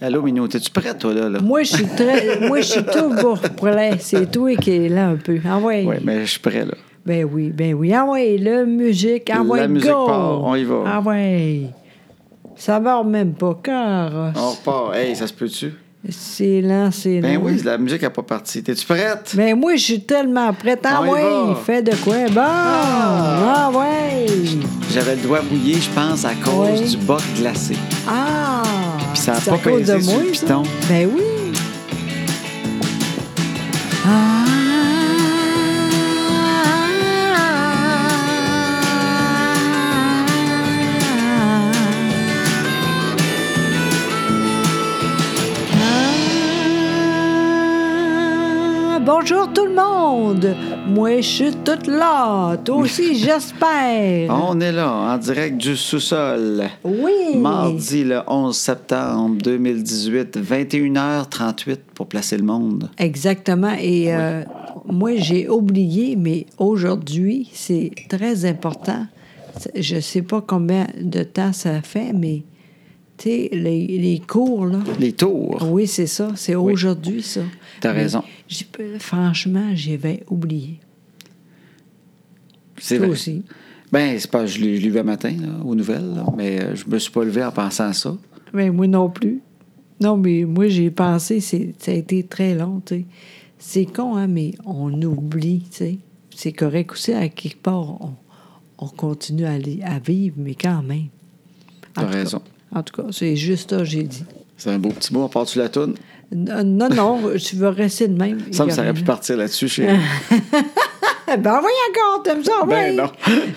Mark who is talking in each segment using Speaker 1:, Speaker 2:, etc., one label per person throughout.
Speaker 1: Allô, Minou, es-tu prêt, toi, là? là?
Speaker 2: Moi, je suis très, moi, je suis tout pour prêt. C'est toi qui est là un peu. Ah ouais.
Speaker 1: Oui, mais je suis prêt, là.
Speaker 2: Ben oui, ben oui. Ah ouais, la musique. Ah
Speaker 1: La
Speaker 2: ouais,
Speaker 1: musique
Speaker 2: go!
Speaker 1: part, on y va.
Speaker 2: Ah ouais. Ça va même pas, car
Speaker 1: On repart. Hey, ça se peut-tu?
Speaker 2: c'est lent, c'est lent.
Speaker 1: Ben oui, la musique n'a pas parti. T'es-tu prête?
Speaker 2: Ben moi, je suis tellement prête. Ah
Speaker 1: On y
Speaker 2: ouais,
Speaker 1: va.
Speaker 2: fais de quoi? Bon!
Speaker 1: Ah!
Speaker 2: Ah, ouais!
Speaker 1: J'avais le doigt mouillé, je pense, à cause
Speaker 2: Ouais.
Speaker 1: du boc glacé.
Speaker 2: Ah!
Speaker 1: Puis ça a
Speaker 2: C'est
Speaker 1: pas
Speaker 2: à cause
Speaker 1: pesé
Speaker 2: de
Speaker 1: sur le
Speaker 2: moi, ça?
Speaker 1: piton.
Speaker 2: Ben oui! Ah! Ah, Bonjour tout le monde! Moi, je suis toute là. Toi aussi, j'espère.
Speaker 1: On est là, en direct du sous-sol.
Speaker 2: Oui.
Speaker 1: Mardi le 11 septembre 2018, 21h38 pour placer le monde.
Speaker 2: Exactement. Et euh, moi, j'ai oublié, mais aujourd'hui, c'est très important. C'est- Je sais pas combien de temps ça fait, mais tu sais, les, les cours, là.
Speaker 1: Les tours.
Speaker 2: Oui, c'est ça. C'est aujourd'hui, ça.
Speaker 1: T'as
Speaker 2: Mais
Speaker 1: raison.
Speaker 2: j'ai pas- Franchement, j'avais oublié.
Speaker 1: C'est
Speaker 2: Toi
Speaker 1: vrai.
Speaker 2: aussi.
Speaker 1: Ben, c'est pas, je l'ai je l'ai vu un matin, là, aux nouvelles, là, mais euh, je me suis pas levé en pensant à ça.
Speaker 2: Mais moi non plus. Non, mais moi, j'ai pensé, c'est- ça a été très long, tu sais. C'est con, hein, mais on oublie, tu sais. C'est correct aussi, à quelque part, on, on continue à, li- à vivre, mais quand même.
Speaker 1: T'as
Speaker 2: En tout cas-
Speaker 1: raison.
Speaker 2: en tout cas, c'est juste ça que j'ai dit.
Speaker 1: C'est un beau petit mot, on part-tu la toune?
Speaker 2: Non, non, non, tu vas rester de même.
Speaker 1: Ça me
Speaker 2: Il y a
Speaker 1: ça aurait pu
Speaker 2: rien.
Speaker 1: partir là-dessus chez.
Speaker 2: Eh Ben oui, encore, t'aimes ça,
Speaker 1: Ben
Speaker 2: oui.
Speaker 1: non.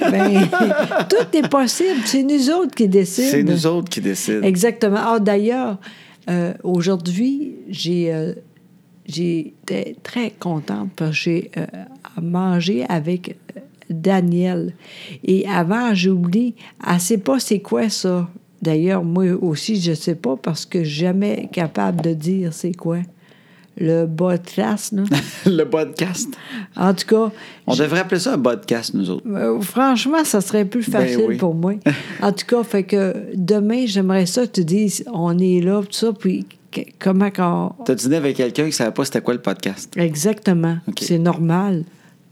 Speaker 2: Ben, tout est possible. C'est nous autres qui décident.
Speaker 1: C'est nous autres qui décident.
Speaker 2: Exactement. Ah, d'ailleurs, euh, aujourd'hui, j'ai euh, j'étais très contente parce que j'ai euh, mangé avec euh, Daniel. Et avant, j'oublie, elle sait pas c'est quoi ça. D'ailleurs, moi aussi, je sais pas parce que je suis jamais capable de dire c'est quoi. Le bas de classe, là.
Speaker 1: le podcast.
Speaker 2: En tout cas,
Speaker 1: On devrait appeler ça un podcast, nous autres.
Speaker 2: euh, Franchement, ça serait plus
Speaker 1: Ben
Speaker 2: facile
Speaker 1: oui.
Speaker 2: pour moi. En tout cas, fait que demain, j'aimerais ça que tu dises on est là, tout ça, puis que- comment qu'on.
Speaker 1: T'as dîné avec quelqu'un qui savait pas c'était quoi le podcast.
Speaker 2: Exactement.
Speaker 1: OK.
Speaker 2: C'est normal.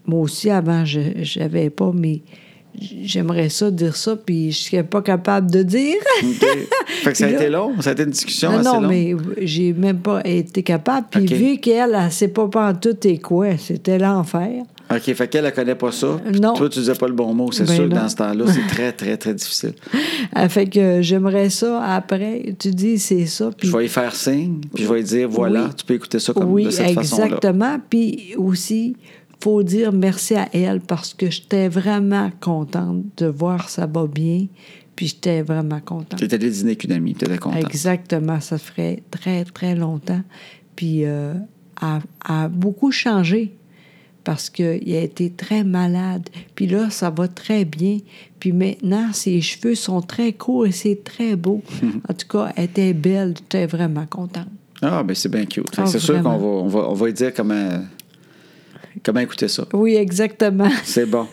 Speaker 2: Moi aussi, avant, je n'avais pas, mais j'aimerais ça dire ça, puis je serais pas capable de dire.
Speaker 1: OK. fait que ça a
Speaker 2: Puis là-
Speaker 1: été long, ça a été une discussion
Speaker 2: Non,
Speaker 1: assez
Speaker 2: non,
Speaker 1: longue.
Speaker 2: mais j'ai même pas été capable. Puis
Speaker 1: OK.
Speaker 2: vu qu'elle, elle sait pas pantoute et quoi, c'était l'enfer.
Speaker 1: OK, fait qu'elle, elle connaît pas ça. puis
Speaker 2: Non.
Speaker 1: Toi, tu disais pas le bon mot. C'est
Speaker 2: Ben
Speaker 1: sûr que
Speaker 2: non.
Speaker 1: dans ce temps-là, c'est très, très, très difficile.
Speaker 2: Ah, Fait que j'aimerais ça après. Tu dis c'est ça, puis
Speaker 1: Je vais y faire signe, puis je vais lui dire, voilà,
Speaker 2: Oui.
Speaker 1: tu peux écouter ça comme
Speaker 2: oui,
Speaker 1: de cette façon-là.
Speaker 2: exactement. Puis aussi, faut dire merci à elle parce que j'étais vraiment contente de voir ça va bien. Puis j'étais vraiment contente.
Speaker 1: T'es allé dîner avec une amie, t'étais content.
Speaker 2: Exactement. Ça ferait très, très longtemps. Puis euh, a, a beaucoup changé parce qu'il a été très malade. Puis là, ça va très bien. Puis maintenant, ses cheveux sont très courts et c'est très beau. en tout cas, elle était belle. J'étais vraiment contente.
Speaker 1: Ah, ben c'est bien cute. Fait que
Speaker 2: Ah,
Speaker 1: c'est sûr qu'on va,
Speaker 2: vraiment.
Speaker 1: on va, on va lui dire comment, comment écouter ça.
Speaker 2: Oui, exactement.
Speaker 1: C'est bon.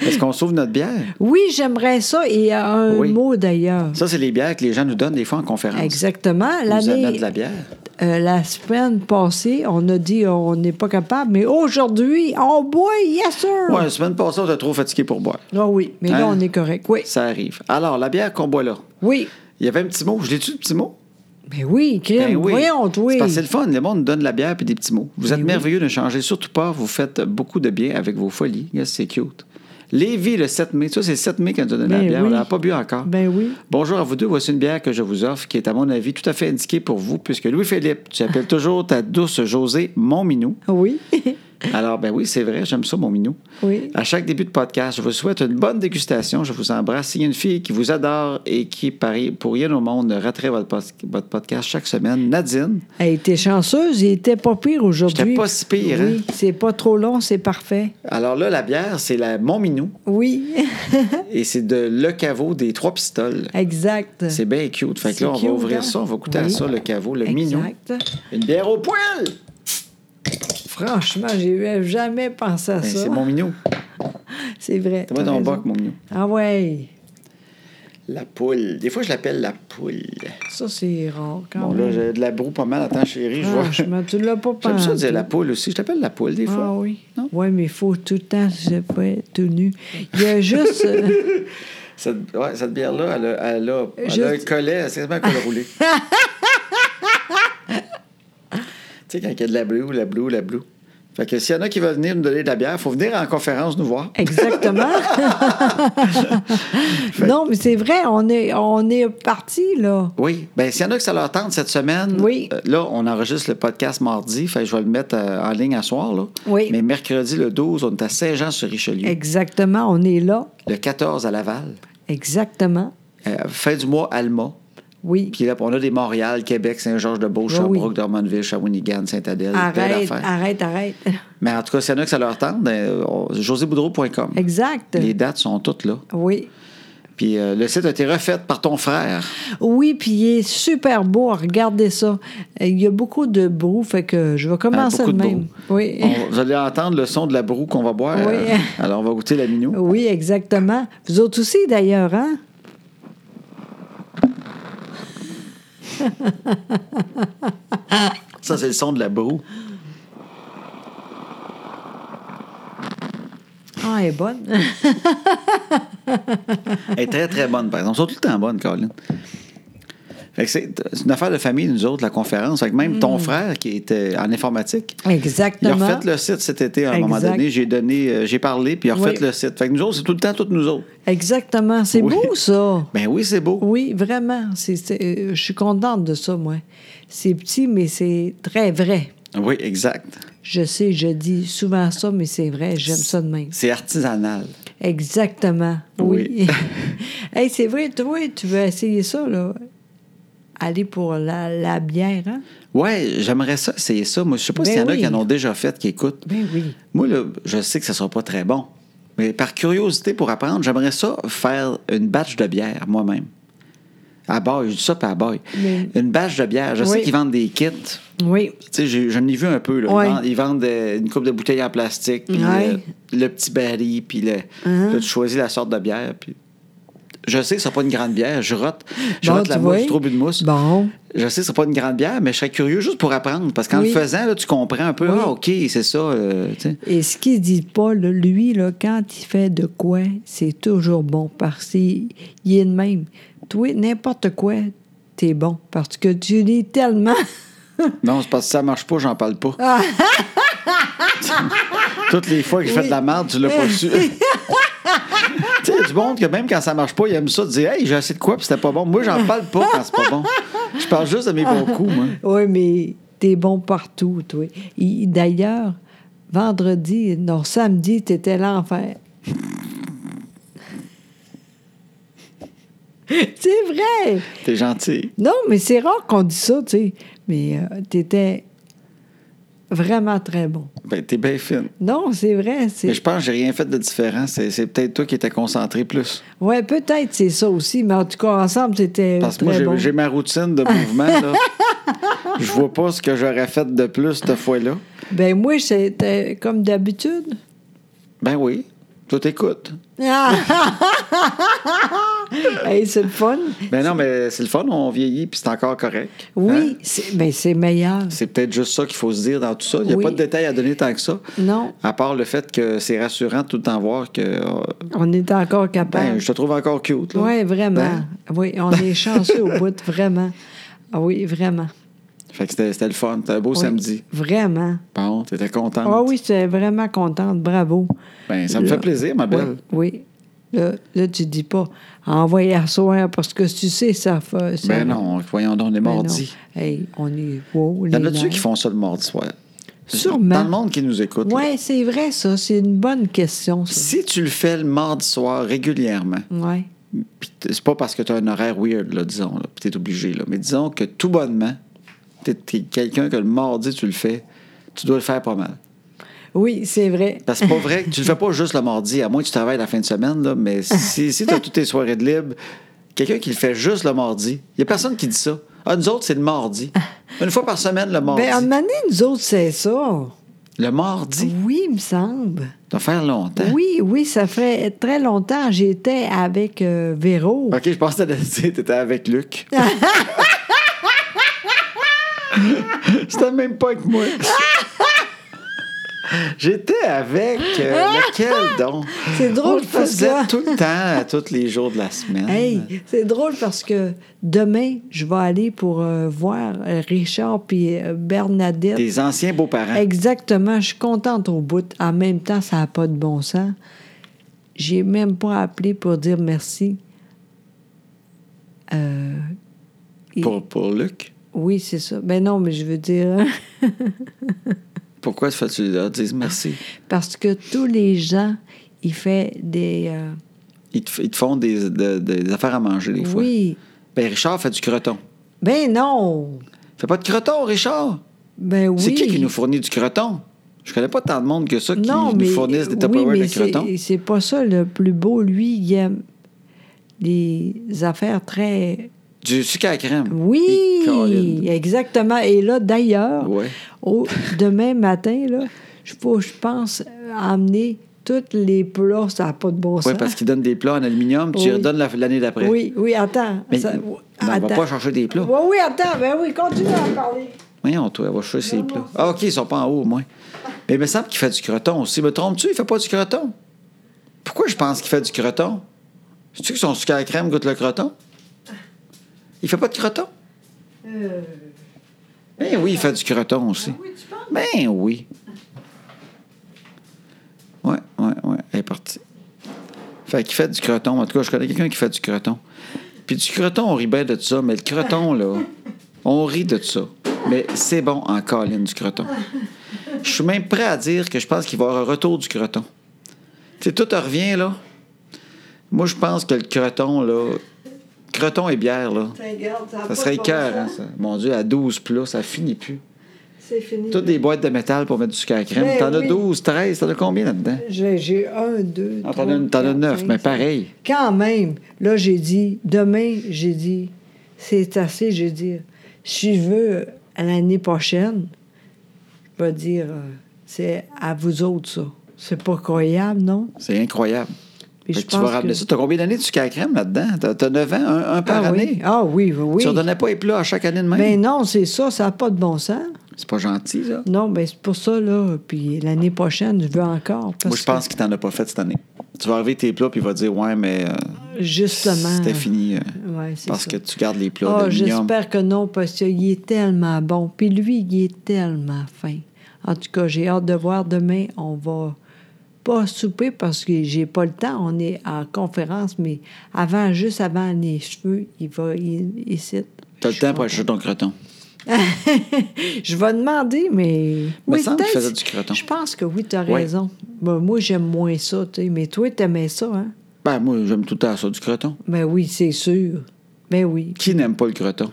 Speaker 1: Est-ce qu'on s'ouvre notre bière?
Speaker 2: Oui, j'aimerais ça. Et un
Speaker 1: Oui.
Speaker 2: mot d'ailleurs.
Speaker 1: Ça, c'est les bières que les gens nous donnent des fois en conférence.
Speaker 2: Exactement.
Speaker 1: Ils nous amènent
Speaker 2: L'année,
Speaker 1: de la bière.
Speaker 2: euh, la semaine passée, on a dit euh, on n'est pas capable, mais aujourd'hui, on boit, yes sir!
Speaker 1: Ouais, la semaine passée, on était trop fatigué pour boire.
Speaker 2: Ah oui, mais là,
Speaker 1: Hein?
Speaker 2: on est correct. Oui,
Speaker 1: Ça arrive. Alors, la bière qu'on boit là,
Speaker 2: oui.
Speaker 1: il y avait un petit mot. Je l'ai-tu, le petit mot?
Speaker 2: Mais oui, crime,
Speaker 1: Ben oui.
Speaker 2: voyons, oui.
Speaker 1: C'est parce que c'est le fun. Le monde nous donne de la bière puis des petits mots. Vous êtes
Speaker 2: oui.
Speaker 1: merveilleux, ne changez surtout pas. Vous faites beaucoup de bien avec vos folies. Yes, c'est cute. Lévi, le 7 mai. Ça, c'est le 7 mai qu'elle nous a donné la
Speaker 2: Ben
Speaker 1: bière. On
Speaker 2: oui.
Speaker 1: l'a pas bu encore.
Speaker 2: Ben oui.
Speaker 1: Bonjour à vous deux. Voici une bière que je vous offre qui est, à mon avis, tout à fait indiquée pour vous puisque Louis-Philippe, tu appelles toujours ta douce Josée mon minou.
Speaker 2: Ah Oui.
Speaker 1: Alors, ben oui, c'est vrai, j'aime ça, mon minou.
Speaker 2: Oui.
Speaker 1: À chaque début de podcast, je vous souhaite une bonne dégustation. Je vous embrasse. Il y a une fille qui vous adore et qui, pareil, pour rien au monde, ne raterait votre, pos- votre podcast chaque semaine, Nadine.
Speaker 2: Elle était chanceuse, il était pas pire aujourd'hui.
Speaker 1: J'étais pas si pire, hein?
Speaker 2: Oui, c'est pas trop long, c'est parfait.
Speaker 1: Alors là, la bière, c'est la Mon Minou
Speaker 2: Oui,
Speaker 1: et c'est de Le Caveau des Trois Pistoles.
Speaker 2: exact.
Speaker 1: C'est bien cute. Fait que
Speaker 2: C'est
Speaker 1: là, on
Speaker 2: cute,
Speaker 1: va ouvrir
Speaker 2: hein?
Speaker 1: ça, on va goûter à
Speaker 2: Oui.
Speaker 1: ça, Le Caveau, Le Minou.
Speaker 2: Exact.
Speaker 1: Une bière au poil!
Speaker 2: Franchement, j'ai jamais pensé à
Speaker 1: Ben,
Speaker 2: ça.
Speaker 1: c'est Mon Minou.
Speaker 2: C'est vrai.
Speaker 1: C'est moi
Speaker 2: t'as
Speaker 1: ton
Speaker 2: raison.
Speaker 1: bac, Mon Minou.
Speaker 2: Ah ouais.
Speaker 1: La poule. Des fois, je l'appelle la poule.
Speaker 2: Ça, c'est rare quand
Speaker 1: Bon, là,
Speaker 2: même.
Speaker 1: j'ai de la broue pas mal. Attends, chérie, je
Speaker 2: Ah,
Speaker 1: vois.
Speaker 2: Franchement, tu l'as pas
Speaker 1: J'aime
Speaker 2: pensé.
Speaker 1: ça dire la poule aussi. Je t'appelle la poule des fois.
Speaker 2: Ah oui.
Speaker 1: Non?
Speaker 2: Oui, mais il faut tout le temps je sais pas être tout nu. Il y a juste. euh,
Speaker 1: Cette, ouais, cette bière-là, elle a, elle a- elle a
Speaker 2: Je-
Speaker 1: un collet, c'est quasiment un collet roulé. tu sais, quand il y a de la bleue, la bleue, la bleue. Fait que s'il y en a qui veulent venir nous donner de la bière, il faut venir en conférence nous voir.
Speaker 2: exactement. non, mais c'est vrai, on est, on est parti, là.
Speaker 1: Oui. Bien, s'il y en a que ça leur tente cette semaine,
Speaker 2: Oui.
Speaker 1: euh, là, on enregistre le podcast mardi. Fait que je vais le mettre euh, en ligne à soir. Là.
Speaker 2: Oui.
Speaker 1: Mais mercredi, le 12, on est à Saint-Jean-sur-Richelieu.
Speaker 2: Exactement, on est là.
Speaker 1: Le 14 à Laval.
Speaker 2: Exactement.
Speaker 1: Euh, fin du mois, Alma.
Speaker 2: Oui.
Speaker 1: Puis là, on a des Montréal, Québec, Saint-Georges-de-Beauce,
Speaker 2: Oui,
Speaker 1: Sherbrooke, Drummondville, Shawinigan, Saint-Adèle. plein
Speaker 2: Arrête, hein.
Speaker 1: d'affaires.
Speaker 2: arrête, arrête.
Speaker 1: Mais en tout cas, s'il y en a que ça leur tente, ben, on- joséboudreau.com.
Speaker 2: Exact.
Speaker 1: Les dates sont toutes là.
Speaker 2: Oui.
Speaker 1: Puis euh, le site a été refait par ton frère.
Speaker 2: Oui, puis il est super beau. Regardez ça. Euh, Il y a beaucoup de brou, fait que je vais
Speaker 1: Euh,
Speaker 2: commencer
Speaker 1: beaucoup
Speaker 2: de
Speaker 1: de
Speaker 2: même.
Speaker 1: brou.
Speaker 2: Oui.
Speaker 1: On- vous allez entendre le son de la broue qu'on va boire.
Speaker 2: Oui.
Speaker 1: Euh, alors, on va goûter la minou.
Speaker 2: Oui, exactement. Vous autres aussi, d'ailleurs, hein?
Speaker 1: Ça, c'est le son de la broue.
Speaker 2: Ah, elle est bonne.
Speaker 1: Elle est très, très bonne, par exemple. Elles sont tout le temps bonnes, Colin. Fait que c'est c'est une affaire de famille, nous autres, la conférence. Fait que même
Speaker 2: Mm.
Speaker 1: ton frère, qui était en informatique, il a
Speaker 2: Exactement.
Speaker 1: refait le site cet été à un moment
Speaker 2: Exact.
Speaker 1: donné. J'ai donné, euh, j'ai parlé, puis il a refait
Speaker 2: Oui.
Speaker 1: le site. Fait que nous autres, c'est tout le temps toutes nous autres.
Speaker 2: Exactement. C'est
Speaker 1: Oui.
Speaker 2: beau, ça.
Speaker 1: Ben oui, c'est beau.
Speaker 2: Oui, vraiment. C'est- c'est- euh, je suis contente de ça, moi. C'est petit, mais c'est très vrai.
Speaker 1: Oui, exact.
Speaker 2: Je sais, je dis souvent ça, mais c'est vrai. J'aime ça de même.
Speaker 1: C'est artisanal.
Speaker 2: Exactement.
Speaker 1: Oui.
Speaker 2: Oui. hey, c'est vrai, toi, tu veux essayer ça, là? Aller pour la, la bière, hein?
Speaker 1: Ouais, j'aimerais ça essayer ça. Moi, je sais pas
Speaker 2: Ben
Speaker 1: s'il y en a
Speaker 2: oui.
Speaker 1: qui en ont déjà fait, qui écoutent.
Speaker 2: Ben oui.
Speaker 1: Moi, là, je sais que ça sera pas très bon. Mais par curiosité pour apprendre, j'aimerais ça faire une batch de bière moi-même. À boy, je dis ça, pas à boy.
Speaker 2: Mais-
Speaker 1: Une batch de bière. Je sais
Speaker 2: Oui.
Speaker 1: qu'ils vendent des kits.
Speaker 2: Oui.
Speaker 1: Tu sais, j'ai- j'en ai vu un peu. Là.
Speaker 2: Ouais.
Speaker 1: Ils vendent, ils vendent des- une coupe de bouteille en plastique, puis
Speaker 2: Ouais. Uh-huh.
Speaker 1: le, le petit baril, puis le, là, tu choisis la sorte de bière. Puis... Je sais que ce sera pas une grande bière. Je rote, je
Speaker 2: Bon,
Speaker 1: rote la
Speaker 2: tu
Speaker 1: mousse,
Speaker 2: vois.
Speaker 1: j'ai trop bu de mousse.
Speaker 2: Bon.
Speaker 1: Je sais que ce sera pas une grande bière, mais je serais curieux juste pour apprendre. Parce qu'en
Speaker 2: Oui.
Speaker 1: le faisant, là, tu comprends un peu.
Speaker 2: Oui.
Speaker 1: Ah, OK, c'est ça. euh, tu sais.
Speaker 2: Et ce qu'il dit pas, là, lui, là, quand il fait de quoi, c'est toujours bon parce qu'il il est de même. Toi, n'importe quoi, t'es bon parce que tu lis tellement.
Speaker 1: Non, c'est parce que ça marche pas, j'en parle pas. Toutes les fois que j'ai fait de la merde, tu l'as pas su. tu sais, il y a du monde que même quand ça marche pas, il aime ça, de dire Hey, j'ai assez de quoi, puis c'était pas bon. Moi, j'en parle pas quand c'est pas bon. Je parle juste de mes bons coups, moi.
Speaker 2: oui, mais t'es bon partout, toi. Il- D'ailleurs, vendredi, non, samedi, t'étais l'enfer. c'est vrai!
Speaker 1: T'es gentil.
Speaker 2: Non, mais c'est rare qu'on dit ça, tu sais. Mais euh, t'étais vraiment très bon.
Speaker 1: Ben, t'es bien fine.
Speaker 2: Non, c'est vrai.
Speaker 1: Mais
Speaker 2: C'est...
Speaker 1: je pense que j'ai rien fait de différent. C'est, c'est peut-être toi qui étais concentré plus.
Speaker 2: Ouais, peut-être c'est ça aussi, mais en tout cas, ensemble, c'était
Speaker 1: Parce que
Speaker 2: très
Speaker 1: moi, j'ai,
Speaker 2: bon.
Speaker 1: j'ai ma routine de mouvement, là. Je vois pas ce que j'aurais fait de plus cette fois-là.
Speaker 2: Ben moi, c'était comme d'habitude.
Speaker 1: Ben oui. Toi, t'écoutes.
Speaker 2: Ah! Hey, c'est le fun.
Speaker 1: Ben non, mais c'est le fun, on vieillit, puis c'est encore correct. Hein?
Speaker 2: Oui, c'est, ben, c'est meilleur.
Speaker 1: C'est peut-être juste ça qu'il faut se dire dans tout ça. Il n'y a
Speaker 2: Oui. Mm.
Speaker 1: pas de détails à donner tant que ça.
Speaker 2: Non,
Speaker 1: À part le fait que c'est rassurant de tout le temps voir que. euh,
Speaker 2: on est encore
Speaker 1: ben,
Speaker 2: capable.
Speaker 1: je te trouve encore cute, là.
Speaker 2: Oui, vraiment.
Speaker 1: Ben.
Speaker 2: Oui, on est chanceux au bout, vraiment. Ah oui, vraiment.
Speaker 1: Fait que c'était, c'était le fun. C'était un beau
Speaker 2: Oui,
Speaker 1: samedi.
Speaker 2: Vraiment.
Speaker 1: Bon, t'étais contente.
Speaker 2: Ah oui, j'étais vraiment contente. Bravo.
Speaker 1: Ben, ça me
Speaker 2: Là.
Speaker 1: fait plaisir, ma belle.
Speaker 2: Oui. oui. Là, là, tu dis pas envoyer à soir parce que tu sais, ça fait. ça-
Speaker 1: Ben non, voyons donc, on est
Speaker 2: Ben non.
Speaker 1: mardi.
Speaker 2: Hey, on est. Wow,
Speaker 1: Il y en a-tu qui font ça le mardi soir?
Speaker 2: Sûrement.
Speaker 1: Dans le monde qui nous écoute. là.
Speaker 2: Oui, c'est vrai, ça. C'est une bonne question, ça.
Speaker 1: Si tu le fais le mardi soir régulièrement,
Speaker 2: Oui.
Speaker 1: puis t- c'est pas parce que tu as un horaire weird, là, disons, là, puis tu es obligé, là, mais disons que tout bonnement, tu es, quelqu'un que le mardi tu le fais, tu dois le faire pas mal.
Speaker 2: Oui, c'est vrai.
Speaker 1: Parce que c'est pas vrai que tu le fais pas juste le mardi, à moins que tu travailles la fin de semaine, là, mais si, si tu as toutes tes soirées de libre, quelqu'un qui le fait juste le mardi, il y a personne qui dit ça. Ah, nous autres, c'est le mardi. Une fois par semaine, le mardi.
Speaker 2: Ben, à un moment donné, nous autres, c'est ça.
Speaker 1: Le mardi?
Speaker 2: Oui, il me semble.
Speaker 1: Ça va faire longtemps.
Speaker 2: Oui, oui, ça fait très longtemps. J'étais avec euh, Véro.
Speaker 1: OK, je pensais que t'étais avec Luc. C'était même pas avec moi. J'étais avec euh, lequel donc?
Speaker 2: C'est drôle
Speaker 1: On le
Speaker 2: parce
Speaker 1: faisait
Speaker 2: que-
Speaker 1: tout le temps, à tous les jours de la semaine.
Speaker 2: Hey, c'est drôle parce que demain, je vais aller pour euh, voir euh, Richard puis euh, Bernadette.
Speaker 1: Tes anciens beaux-parents.
Speaker 2: Exactement, je suis contente au bout. En même temps, ça n'a pas de bon sens. J'ai même pas appelé pour dire merci. Euh, il-
Speaker 1: Pour, pour Luc.
Speaker 2: Oui, c'est ça. Ben non, mais je veux dire,
Speaker 1: Pourquoi tu fais-tu leur dire merci?
Speaker 2: parce que tous les gens, ils font des... euh,
Speaker 1: Ils te, ils te font des, de- des affaires à manger des fois.
Speaker 2: oui.
Speaker 1: Ben Richard fait du croton.
Speaker 2: Ben non.
Speaker 1: Fais pas de croton, Richard!
Speaker 2: Ben oui.
Speaker 1: C'est qui qui nous fournit du croton? Je connais pas tant de monde que ça qui
Speaker 2: non,
Speaker 1: nous
Speaker 2: mais,
Speaker 1: fournissent des
Speaker 2: oui,
Speaker 1: Tupperware
Speaker 2: mais
Speaker 1: de croton.
Speaker 2: c'est- C'est pas ça le plus beau. Lui, il aime des affaires très...
Speaker 1: Du sucre à la crème. Et
Speaker 2: Oui,
Speaker 1: Caroline.
Speaker 2: exactement. Et là, d'ailleurs,
Speaker 1: Ouais.
Speaker 2: au- demain matin, là, je, faut- je pense euh, amener tous les plats, ça n'a pas de bon sens.
Speaker 1: Oui, parce qu'ils donnent des plats en aluminium, tu
Speaker 2: Oui.
Speaker 1: les redonnes la- l'année d'après.
Speaker 2: oui, oui, attends.
Speaker 1: Mais
Speaker 2: ça-
Speaker 1: non, on va pas chercher des plats.
Speaker 2: Oui, oui, attends, ben oui, continue à en parler.
Speaker 1: Voyons, toi, elle va chercher ses
Speaker 2: Non,
Speaker 1: plats.
Speaker 2: non,
Speaker 1: Ah, OK, ils sont pas en haut, au moins. Mais il me semble qu'il fait du croton aussi. Me trompes-tu, il fait pas du croton? Pourquoi je pense qu'il fait du croton? Sais-tu que son sucre à la crème goûte le croton? Il fait pas de croton?
Speaker 2: Euh, Ah
Speaker 1: Ben oui, il fait du croton aussi.
Speaker 2: oui, tu parles.
Speaker 1: Ben oui. Ouais, ouais, ouais. Elle est partie. Fait qu'il fait du croton. En tout cas, je connais quelqu'un qui fait du croton. Puis du croton, on rit bien de ça, mais le croton, là, on rit de ça. Mais c'est bon en colline du croton. Je suis même prêt à dire que je pense qu'il va y avoir un retour du croton. Tu sais, tout revient, là. Moi, je pense que le croton, là. Croton et bière, là.
Speaker 2: Tiens, regarde, ça, a pas
Speaker 1: Ça serait
Speaker 2: de bon
Speaker 1: cœur,
Speaker 2: sens.
Speaker 1: ça. Mon Dieu, à 12 plats, ça finit plus.
Speaker 2: C'est fini.
Speaker 1: Toutes des boîtes de métal pour mettre du sucre à la crème.
Speaker 2: Ben
Speaker 1: T'en as
Speaker 2: oui.
Speaker 1: 12, 13, t'en as combien là-dedans?
Speaker 2: J'ai j'ai un, deux,
Speaker 1: Ah,
Speaker 2: trois,
Speaker 1: T'en as- t'en as
Speaker 2: quatre,
Speaker 1: 9,
Speaker 2: cinq,
Speaker 1: mais
Speaker 2: six.
Speaker 1: pareil.
Speaker 2: Quand même, là, j'ai dit, demain, j'ai dit, c'est assez, j'ai dit, si je veux, à l'année prochaine, je vais dire, euh, c'est à vous autres, ça. C'est pas croyable, non?
Speaker 1: C'est incroyable.
Speaker 2: Puis
Speaker 1: Fait que tu vas ramener ça. T'as combien d'années de sucre à la crème là-dedans? T'as- T'as 9 ans, un, un par
Speaker 2: ah,
Speaker 1: année.
Speaker 2: oui. ah oui, oui,
Speaker 1: Tu ne
Speaker 2: oui.
Speaker 1: donnais pas les plats à chaque année de même?
Speaker 2: Ben non, c'est ça, ça n'a pas de bon sens.
Speaker 1: C'est pas gentil, ça.
Speaker 2: Non, ben c'est pour ça, là. Puis l'année prochaine, je veux encore.
Speaker 1: Moi,
Speaker 2: parce
Speaker 1: je pense qu'il t'en a pas fait cette année. Tu vas arriver tes plats puis il va dire Ouais, mais euh,
Speaker 2: que, Justement.
Speaker 1: c'était fini euh,
Speaker 2: Ouais, c'est
Speaker 1: parce
Speaker 2: ça.
Speaker 1: que tu gardes les plats
Speaker 2: Ah,
Speaker 1: d'aluminium.
Speaker 2: j'espère que non, parce qu'il est tellement bon. Puis lui, il est tellement fin. En tout cas, j'ai hâte de voir demain. On va pas souper parce que j'ai pas le temps. On est en conférence, mais avant, juste avant les cheveux, il va il- ici.
Speaker 1: T'as le
Speaker 2: Je
Speaker 1: temps
Speaker 2: vais-
Speaker 1: pour acheter ton croton.
Speaker 2: Je vais demander, mais.
Speaker 1: me semble qu'il
Speaker 2: peut-être-
Speaker 1: faisait du croton.
Speaker 2: Je pense que oui, tu as
Speaker 1: Oui.
Speaker 2: raison. Ben, moi, j'aime moins ça, tu sais. Mais toi, t'aimais ça, hein?
Speaker 1: Ben, moi, j'aime tout le temps ça, du croton.
Speaker 2: Ben oui, c'est sûr. Ben oui.
Speaker 1: Qui n'aime pas le croton?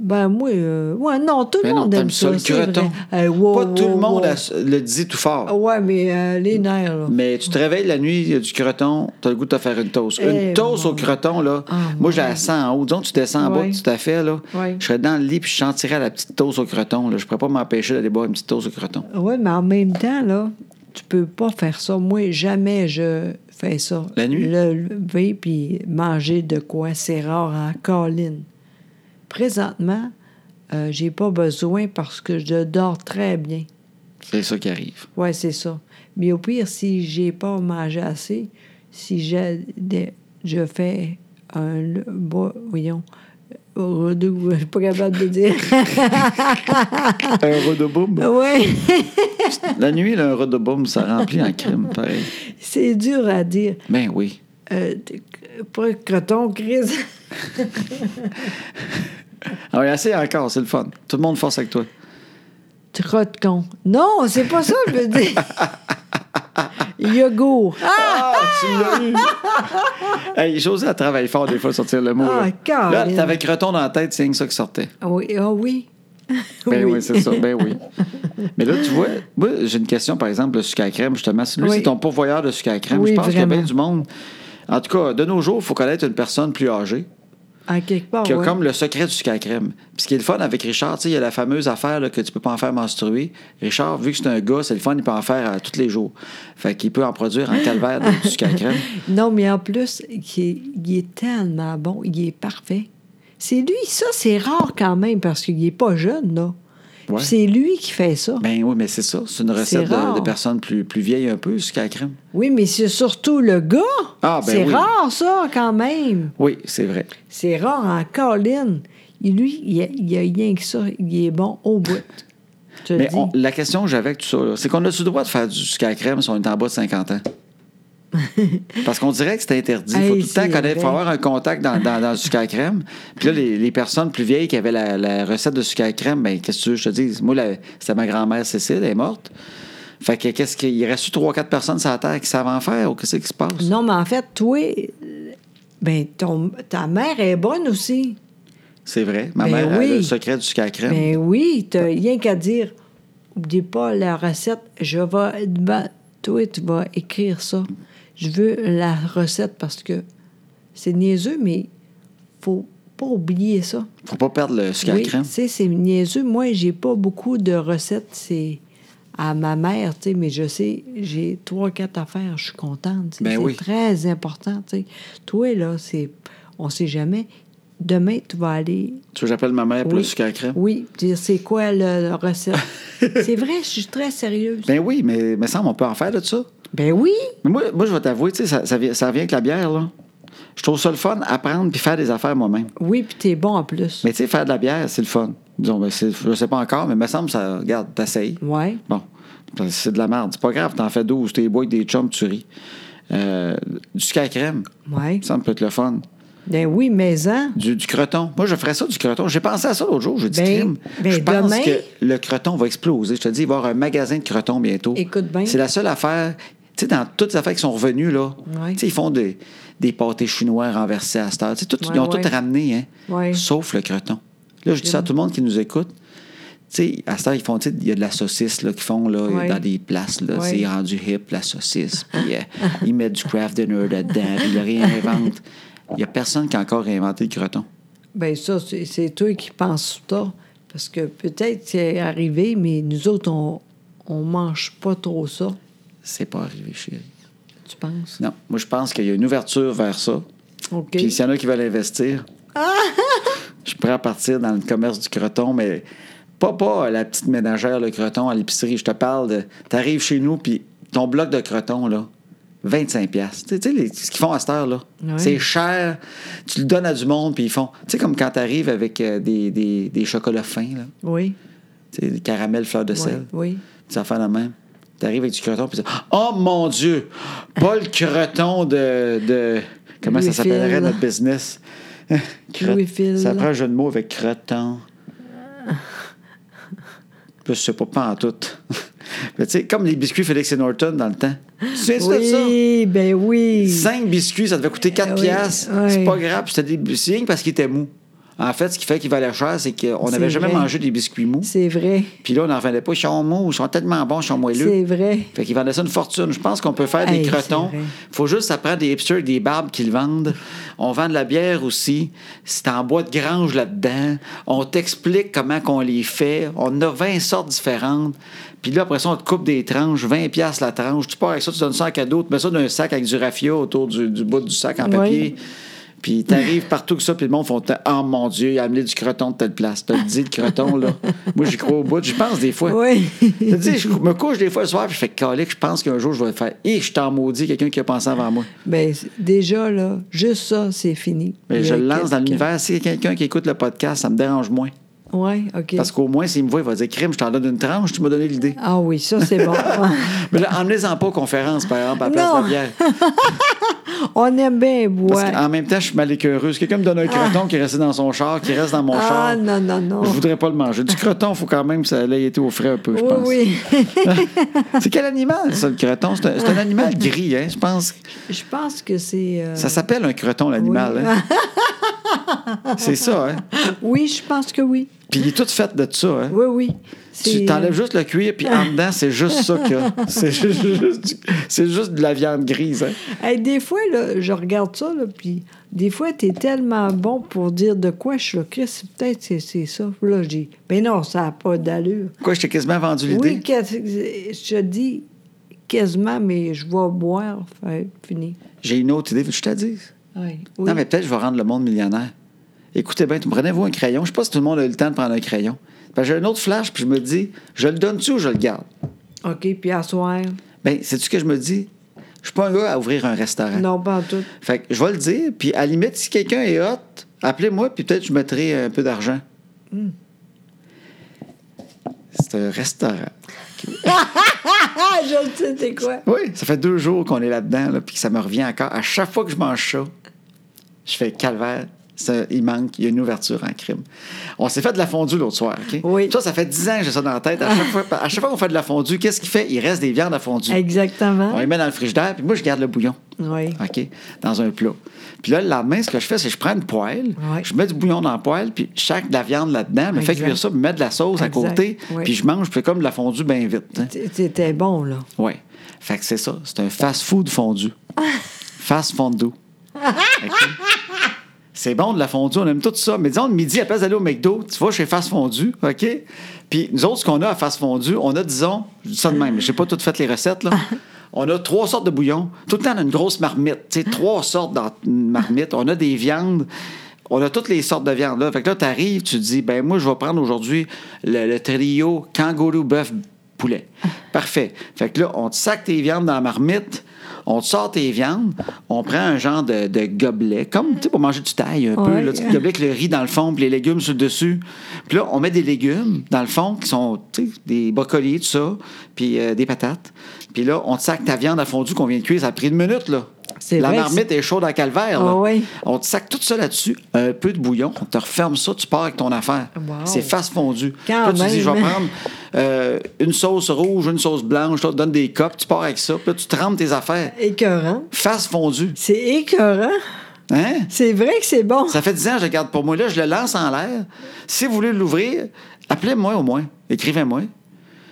Speaker 2: Ben moi, euh, ouais, non, tout le
Speaker 1: Ben non,
Speaker 2: monde aime
Speaker 1: t'aimes ça,
Speaker 2: ça.
Speaker 1: le
Speaker 2: c'est vrai.
Speaker 1: croton.
Speaker 2: Eh, wow,
Speaker 1: pas tout
Speaker 2: wow,
Speaker 1: le monde
Speaker 2: wow.
Speaker 1: ass- le dit tout fort.
Speaker 2: Ah Ouais, mais euh, les nerfs, là.
Speaker 1: Mais tu te réveilles la nuit, il y a du croton, tu as le goût de te faire une toast.
Speaker 2: Eh,
Speaker 1: une toast
Speaker 2: mon-
Speaker 1: au croton, là,
Speaker 2: Ah,
Speaker 1: moi,
Speaker 2: ouais.
Speaker 1: je la sens en haut. Disons, que tu descends en
Speaker 2: Ouais.
Speaker 1: bas, tu t'as fait, là.
Speaker 2: Ouais.
Speaker 1: Je serais dans le lit, puis je sentirais la petite toast au croton. Là. Je pourrais pas m'empêcher d'aller boire une petite toast au croton.
Speaker 2: Ouais, mais en même temps, là, tu peux pas faire ça. Moi, jamais je fais ça.
Speaker 1: La nuit?
Speaker 2: Le lever puis manger de quoi, c'est rare en colline. Présentement, euh, j'ai pas besoin parce que je dors très bien.
Speaker 1: C'est ça qui arrive.
Speaker 2: Ouais, c'est ça. Mais au pire, si j'ai pas mangé assez, si j'ai des- je fais un le- bo- voyons, redoux, je suis pas capable de dire. Ah
Speaker 1: un rodoboum.
Speaker 2: ouais,
Speaker 1: la nuit, là, un rodoboum, ça remplit en crime, pareil.
Speaker 2: c'est dur à dire.
Speaker 1: Ben oui.
Speaker 2: Euh, t- pas croton, Chris.
Speaker 1: On va essayer Ah encore, c'est le fun. Tout le monde force avec toi.
Speaker 2: Trotte con. Non, c'est pas ça, je veux dire. Yogourt. Ah,
Speaker 1: Ah, tu l'as eu! hey, José, elle travaille fort des fois de sortir le mot.
Speaker 2: Ah,
Speaker 1: là, là
Speaker 2: Caroline.
Speaker 1: t'avais le croton dans la tête, c'est rien que ça qui sortait.
Speaker 2: Ah oui, ah oui.
Speaker 1: Ben oui, c'est ça. Ben oui. Mais là, tu vois, moi, j'ai une question, par exemple, le sucre à crème, justement. Si lui,
Speaker 2: Oui.
Speaker 1: c'est ton pourvoyeur de sucre à crème,
Speaker 2: Oui,
Speaker 1: je pense qu'il y a
Speaker 2: vraiment.
Speaker 1: bien du monde. En tout cas, de nos jours, il faut connaître une personne plus âgée
Speaker 2: À quelque part,
Speaker 1: qui a
Speaker 2: ouais.
Speaker 1: comme le secret du sucre à la crème. Puis ce qui est le fun avec Richard, tu sais, il y a la fameuse affaire là, que tu peux pas en faire menstruer. Richard, vu que c'est un gars, c'est le fun, il peut en faire euh, tous les jours. Fait qu'il peut en produire en calvaire de- du sucre à la crème.
Speaker 2: Non, mais en plus, il est, il est tellement bon, il est parfait. C'est lui, ça, c'est rare quand même, parce qu'il n'est pas jeune, là.
Speaker 1: Ouais.
Speaker 2: C'est lui qui fait ça.
Speaker 1: Ben oui, mais c'est ça. C'est une recette de,
Speaker 2: rare.
Speaker 1: de personnes plus, plus vieilles un peu, le sucre à la crème.
Speaker 2: Oui, mais c'est surtout le gars.
Speaker 1: Ah, ben
Speaker 2: c'est
Speaker 1: oui.
Speaker 2: rare, ça, quand même.
Speaker 1: Oui, c'est vrai.
Speaker 2: C'est rare en colline. Et Lui, il a, il a rien que ça. Il est bon au bout. Je te le
Speaker 1: Mais
Speaker 2: dis.
Speaker 1: on- la question que j'avais avec tout ça, là, c'est qu'on a-tu le droit de faire du sucre à la crème si on est en bas de 50 ans? Parce qu'on dirait que c'est interdit. Il faut
Speaker 2: Hey,
Speaker 1: tout le temps
Speaker 2: c'est
Speaker 1: connaître, faut
Speaker 2: vrai.
Speaker 1: avoir un contact dans, dans- dans le sucre à la crème. Puis là, les, les personnes plus vieilles qui avaient la, la recette de sucre à la crème, ben, qu'est-ce que tu veux que je te dise? Moi, la- c'était ma grand-mère Cécile, elle est morte. Fait que qu'est-ce qu'il il reste 3-4 personnes sur la terre qui savent en faire ou qu'est-ce qui se passe?
Speaker 2: Non, mais en fait, toi, euh, ben, ton, ta mère est bonne aussi.
Speaker 1: C'est vrai. Ma
Speaker 2: Ben
Speaker 1: mère elle a
Speaker 2: oui.
Speaker 1: le secret du sucre à la crème.
Speaker 2: Ben oui, t'as rien qu'à dire. Oublie pas la recette. Je vais. ben, toi, tu vas écrire ça. Je veux la recette parce que c'est niaiseux, mais faut pas oublier ça.
Speaker 1: Faut pas perdre le sucre à
Speaker 2: Oui,
Speaker 1: la
Speaker 2: tu
Speaker 1: crème.
Speaker 2: sais, c'est niaiseux. Moi, j'ai pas beaucoup de recettes. C'est à ma mère, tu sais, mais je sais, j'ai trois, quatre affaires. Je suis contente. tu sais.
Speaker 1: Ben
Speaker 2: c'est
Speaker 1: oui.
Speaker 2: très important, tu sais. Toi, là, c'est... On sait jamais. Demain, tu vas aller...
Speaker 1: Tu veux que j'appelle ma mère pour
Speaker 2: oui,
Speaker 1: le sucre à la crème?
Speaker 2: Oui, dire c'est quoi le- la recette. c'est vrai, je suis très sérieuse.
Speaker 1: Ben oui, mais me semble on peut en faire de ça.
Speaker 2: Ben oui!
Speaker 1: Mais moi, moi, je vais t'avouer, tu sais, ça, ça, vient- ça vient avec la bière, là. Je trouve ça le fun, apprendre puis faire des affaires moi-même.
Speaker 2: Oui, puis t'es bon en plus.
Speaker 1: Mais tu sais, faire de la bière, c'est le fun. Disons, ben, c'est- je sais pas encore, mais me semble, ça, regarde, t'essayes.
Speaker 2: Ouais.
Speaker 1: Bon, Ben, c'est de la merde. C'est pas grave, t'en fais 12, t'es bois avec des chums, tu ris. Euh, du sucre à crème,
Speaker 2: Ouais.
Speaker 1: ça me peut être le fun.
Speaker 2: Ben oui, mais hein?
Speaker 1: Du, du croton. Moi, je ferais ça du croton. J'ai pensé à ça l'autre jour. J'ai dit,
Speaker 2: Ben,
Speaker 1: crime.
Speaker 2: ben,
Speaker 1: je pense
Speaker 2: demain-
Speaker 1: que le croton va exploser. Je te dis, il va y avoir un magasin de crotons bientôt.
Speaker 2: Écoute bien.
Speaker 1: C'est la seule affaire. Tu sais, dans toutes les affaires qui sont revenues, là,
Speaker 2: Ouais.
Speaker 1: tu sais, ils font des, des pâtés chinois renversés à cette heure. Tu sais, tout-
Speaker 2: Ouais,
Speaker 1: ils ont
Speaker 2: ouais.
Speaker 1: tout ramené, hein,
Speaker 2: Ouais.
Speaker 1: sauf le croton. Là, je dis ça à tout le monde qui nous écoute. Tu sais, à cette heure, ils font, tu sais, il y a de la saucisse là, qu'ils font là,
Speaker 2: Ouais.
Speaker 1: dans des places. Là,
Speaker 2: Ouais.
Speaker 1: C'est rendu hip, la saucisse. Puis euh, ils mettent du craft dinner dedans, puis ils le réinventent. Il n'y a personne qui a encore réinventé le croton.
Speaker 2: Ben ça, c'est c'est toi qui penses ça. Parce que peut-être c'est arrivé, mais nous autres, on, on mange pas trop ça,
Speaker 1: C'est pas arrivé, chérie.
Speaker 2: tu penses?
Speaker 1: Non, moi, je pense qu'il y a une ouverture vers ça.
Speaker 2: OK. Ah!
Speaker 1: Puis s'il y en a qui veulent investir, je pourrais partir dans le commerce du croton, mais pas, pas la petite ménagère, le croton à l'épicerie. Je te parle de. T'arrives chez nous, puis ton bloc de croton, là. 25 pièces. Tu sais les- ce qu'ils font à cette heure-là.
Speaker 2: Ouais.
Speaker 1: C'est cher. Tu le donnes à du monde, puis ils font... Tu sais, comme quand t'arrives avec euh, des, des, des chocolats fins, là.
Speaker 2: Oui.
Speaker 1: Tu sais, des caramels fleurs de
Speaker 2: oui,
Speaker 1: sel.
Speaker 2: Oui.
Speaker 1: Ça fait la même. T'arrives avec du croton, puis tu dis, Oh mon Dieu! Pas le croton de. de- comment ça
Speaker 2: Louis
Speaker 1: s'appellerait
Speaker 2: Phil.
Speaker 1: notre business? Crot-
Speaker 2: Louis Phil.
Speaker 1: Ça prend un jeu de mots avec croton. Puis je sais pas, pas en tout. Mais tu sais, comme les biscuits Félix et Norton dans le temps. Tu sais de
Speaker 2: Oui, ben oui.
Speaker 1: ça? Cinq biscuits, ça devait coûter 4
Speaker 2: Oui,
Speaker 1: piastres. C'est
Speaker 2: oui.
Speaker 1: pas grave, puis c'était des c'est rien que parce qu'ils étaient mous. En fait, ce qui fait qu'ils valaient cher, c'est qu'on
Speaker 2: C'est
Speaker 1: n'avait jamais
Speaker 2: vrai.
Speaker 1: mangé des biscuits mous.
Speaker 2: C'est vrai.
Speaker 1: Puis là, on n'en revenait pas. Ils sont mous, ils sont tellement bons, ils sont moelleux.
Speaker 2: C'est vrai.
Speaker 1: Fait qu'ils vendaient ça une fortune. Je pense qu'on peut faire des
Speaker 2: Hey,
Speaker 1: crotons.
Speaker 2: c'est vrai.
Speaker 1: Faut juste, ça prend des hipsters, des barbes qui le vendent. On vend de la bière aussi. C'est en bois de grange là-dedans. On t'explique comment qu'on les fait. On a 20 sortes différentes. Puis là, après ça, on te coupe des tranches, 20 pièces la tranche. Tu pars avec ça, tu donnes ça à cadeau. Tu mets ça dans un sac avec du raffia autour du, du bout du sac en papier. Puis t'arrives partout que ça, puis le monde font « Oh mon Dieu, il a amené du croton de telle place. » T'as dit le croton, là. Moi, j'y crois au bout. J'y pense des fois.
Speaker 2: Oui.
Speaker 1: Tu sais, je me couche des fois le soir, puis je fais calique, je pense qu'un jour, je vais faire. Et je t'en maudis, quelqu'un qui a pensé avant moi.
Speaker 2: ben c'est- déjà, là, juste ça, c'est fini.
Speaker 1: Mais
Speaker 2: Il
Speaker 1: Ben,
Speaker 2: y
Speaker 1: je
Speaker 2: a
Speaker 1: le lance dans
Speaker 2: quelques-
Speaker 1: l'univers. Si quelqu'un qui écoute le podcast, ça me dérange moins.
Speaker 2: Oui, OK.
Speaker 1: Parce qu'au moins, s'il me voit, il va dire Crime, je t'en donne une tranche, tu m'as donné l'idée.
Speaker 2: Ah oui, ça, c'est bon.
Speaker 1: Mais là, emmenez-en pas aux conférences, par exemple, à la place
Speaker 2: Non.
Speaker 1: de la bière.
Speaker 2: On aime bien
Speaker 1: Parce ah,
Speaker 2: boire.
Speaker 1: qu'en même temps, je suis mal écœureux. Si quelqu'un me donne un croton qui est resté dans son char, qui reste dans mon
Speaker 2: Ah
Speaker 1: char,
Speaker 2: non, non, non.
Speaker 1: je voudrais pas le manger. Du croton, il faut quand même que ça ait été au frais un peu, je pense.
Speaker 2: Oui, oui.
Speaker 1: C'est quel animal, ça, le croton? C'est un, c'est un animal gris, hein, je pense.
Speaker 2: Je pense que c'est... euh,
Speaker 1: Ça s'appelle un croton, l'animal.
Speaker 2: Oui.
Speaker 1: hein. C'est ça, hein?
Speaker 2: Oui, je pense que oui.
Speaker 1: Puis il est tout fait de ça, hein?
Speaker 2: Oui, oui.
Speaker 1: Tu
Speaker 2: C'est-
Speaker 1: t'enlèves juste le cuir, puis en dedans, c'est juste ça qu'il y a. C'est juste, du- c'est juste de la viande grise, hein?
Speaker 2: Hey, des fois, là, je regarde ça, là, puis des fois, t'es tellement bon pour dire de quoi je suis là. Chris, peut-être c'est, c'est ça. Puis Là, j'ai. Mais non, ça n'a pas d'allure.
Speaker 1: Quoi, je t'ai quasiment vendu l'idée?
Speaker 2: Oui, que- je te dis quasiment, mais je vais boire. Fait, fini.
Speaker 1: J'ai une autre idée, veux-tu que je te la dise?
Speaker 2: Oui.
Speaker 1: Non, mais peut-être que je vais rendre le monde millionnaire. Écoutez bien, tu- prenez-vous un crayon. Je ne sais pas si tout le monde a eu le temps de prendre un crayon. Ben, j'ai un autre flash, puis je me dis, je le donne-tu ou je le garde?
Speaker 2: OK, puis à soir.
Speaker 1: Ben, sais-tu ce que je me dis? Je suis pas un gars à ouvrir un restaurant.
Speaker 2: Non, pas en tout.
Speaker 1: Fait que je vais le dire, puis à la limite, si quelqu'un est hot, appelez-moi, puis peut-être je mettrai euh, un peu d'argent. C'est un restaurant.
Speaker 2: Ah, je le sais, c'est quoi?
Speaker 1: Oui, ça fait deux jours qu'on est là-dedans, là, puis que ça me revient encore. À chaque fois que je mange ça, je fais calvaire. Ça, il manque, il y a une ouverture en crime. On s'est fait de la fondue l'autre soir, OK?
Speaker 2: Oui.
Speaker 1: Toi, ça fait dix ans que j'ai ça dans la tête. À chaque fois, à chaque fois qu'on fait de la fondue, qu'est-ce qu'il fait? Il reste des viandes à fondue. On
Speaker 2: Exactement.
Speaker 1: les met dans le frigidaire, puis moi, je garde le bouillon.
Speaker 2: Oui.
Speaker 1: OK? Dans un plat. Puis là, le lendemain, ce que je fais, c'est que je prends une poêle,
Speaker 2: Ouais.
Speaker 1: je mets du bouillon dans la poêle, puis chaque de la viande là-dedans, me fait
Speaker 2: Exact.
Speaker 1: cuire ça, puis mettre de la sauce
Speaker 2: Exact.
Speaker 1: à côté,
Speaker 2: Ouais.
Speaker 1: puis je mange, puis comme de la fondue bien vite. hein.
Speaker 2: C'était bon, là.
Speaker 1: Ouais. Fait que c'est ça. C'est un fast-food fondu. Fast fondu. OK? C'est bon de la fondue, on aime tout ça. Mais disons, le midi, après d'aller au McDo, tu vas chez Fast Fondu, OK? Puis nous autres, ce qu'on a à Fast Fondu, on a, disons, je dis ça de même, j'ai pas toutes fait les recettes, là. On a trois sortes de bouillons. Tout le temps, on a une grosse marmite, tu sais, trois sortes dans une marmite. On a des viandes. On a toutes les sortes de viandes, là. Fait que là, t'arrives, tu te dis, ben moi, je vais prendre aujourd'hui le, le trio kangourou bœuf poulet. Parfait. Fait que là, on te sac tes viandes dans la marmite, on te sort tes viandes, on prend un genre de, de gobelet, comme, tu sais, pour manger du taille, un peu,
Speaker 2: Ouais.
Speaker 1: là, tu te gobelet avec le riz dans le fond, puis les légumes sur le dessus. Puis là, on met des légumes dans le fond qui sont tu sais, des brocolis, tout ça, puis euh, des patates. Puis là, on te sac ta viande à fondue qu'on vient de cuire. Ça a pris une minute, là.
Speaker 2: C'est
Speaker 1: La
Speaker 2: vrai que
Speaker 1: marmite est chaude à calvaire. là.
Speaker 2: Ah ouais.
Speaker 1: On te sac tout ça là-dessus, un peu de bouillon, on te referme ça, tu pars avec ton affaire.
Speaker 2: Wow.
Speaker 1: C'est fast fondu.
Speaker 2: Quand
Speaker 1: Puis là, tu dis, je vais
Speaker 2: même.
Speaker 1: prendre euh, une sauce rouge, une sauce blanche, là, tu donnes des copes, tu pars avec ça, puis là, tu trempes tes affaires.
Speaker 2: Écœurant.
Speaker 1: Fast fondu.
Speaker 2: C'est écœurant.
Speaker 1: Hein?
Speaker 2: C'est vrai que c'est bon.
Speaker 1: Ça fait 10 ans que je le garde pour moi. Là, je le lance en l'air. Si vous voulez l'ouvrir, appelez-moi au moins. Écrivez-moi.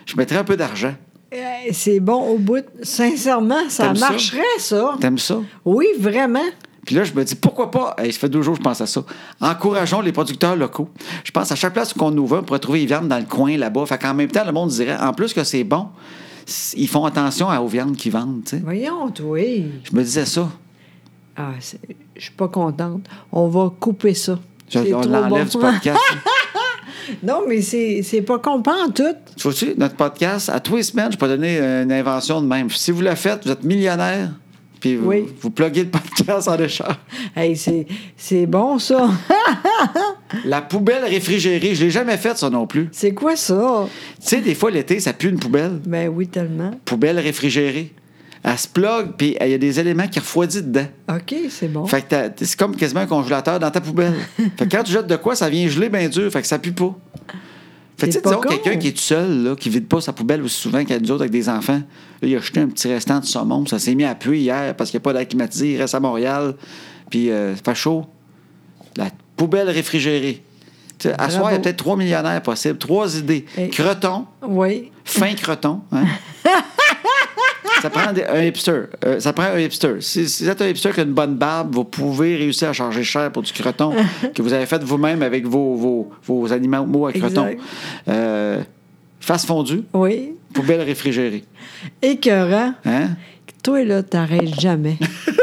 Speaker 1: Je mettrai un peu d'argent.
Speaker 2: Euh, C'est bon au bout. Sincèrement, ça
Speaker 1: T'aimes ça?
Speaker 2: marcherait, ça.
Speaker 1: T'aimes ça?
Speaker 2: Oui, vraiment.
Speaker 1: Puis là, je me dis, pourquoi pas? Hey, ça fait deux jours que je pense à ça. Encourageons les producteurs locaux. Je pense à chaque place qu'on ouvre, on pourrait trouver les viandes dans le coin là-bas. Fait qu'en même temps, le monde dirait, en plus que c'est bon, s- ils font attention à- aux viandes qu'ils vendent. tu sais.
Speaker 2: Voyons, oui.
Speaker 1: Je me disais ça.
Speaker 2: Ah, c'est- je suis pas contente. On va couper ça.
Speaker 1: Je-
Speaker 2: C'est
Speaker 1: on
Speaker 2: trop
Speaker 1: l'enlève
Speaker 2: bon.
Speaker 1: du podcast.
Speaker 2: Non, mais c'est c'est pas compant en tout.
Speaker 1: tu vois-tu, notre podcast, à tous les semaines, je peux donner une invention de même. Si vous la faites, vous êtes millionnaire, puis vous,
Speaker 2: Oui.
Speaker 1: vous pluguez le podcast en échange.
Speaker 2: Hey, c'est- c'est bon, ça.
Speaker 1: La poubelle réfrigérée, je l'ai jamais faite, ça non plus. Tu
Speaker 2: c'est quoi ça?
Speaker 1: sais, des fois, l'été, ça pue une poubelle.
Speaker 2: Ben oui, tellement.
Speaker 1: Poubelle réfrigérée. Elle se plug, puis il y a des éléments qui refroidissent dedans.
Speaker 2: OK, c'est bon.
Speaker 1: Fait que t'as- t'es- c'est comme quasiment un congélateur dans ta poubelle. fait que quand tu jettes de quoi, ça vient geler bien dur, fait que ça pue pas. Fait que tu
Speaker 2: C'est
Speaker 1: sais, disons,
Speaker 2: pas con.
Speaker 1: quelqu'un qui est tout seul, là, qui vide pas sa poubelle aussi souvent qu'à nous autres avec des enfants, là, il a jeté un petit restant de saumon, ça s'est mis à puer hier parce qu'il n'y a pas d'air climatisé, il reste à Montréal, puis euh, ça fait chaud. La poubelle réfrigérée. Tu sais, à
Speaker 2: Bravo.
Speaker 1: soir, il y a peut-être trois millionnaires possibles, trois idées.
Speaker 2: Hey.
Speaker 1: Creton,
Speaker 2: Oui.
Speaker 1: fin creton. Hein? ça prend des- un hipster. Euh, ça prend un hipster. Si, si vous êtes un hipster qui a une bonne barbe, vous pouvez réussir à charger cher pour du creton que vous avez fait vous-même avec vos, vos, vos animaux à creton.
Speaker 2: Exact.
Speaker 1: Euh, face fondue,
Speaker 2: Oui.
Speaker 1: poubelle réfrigérée.
Speaker 2: Écœurant.
Speaker 1: Hein?
Speaker 2: Toi, là, t'arrêtes jamais.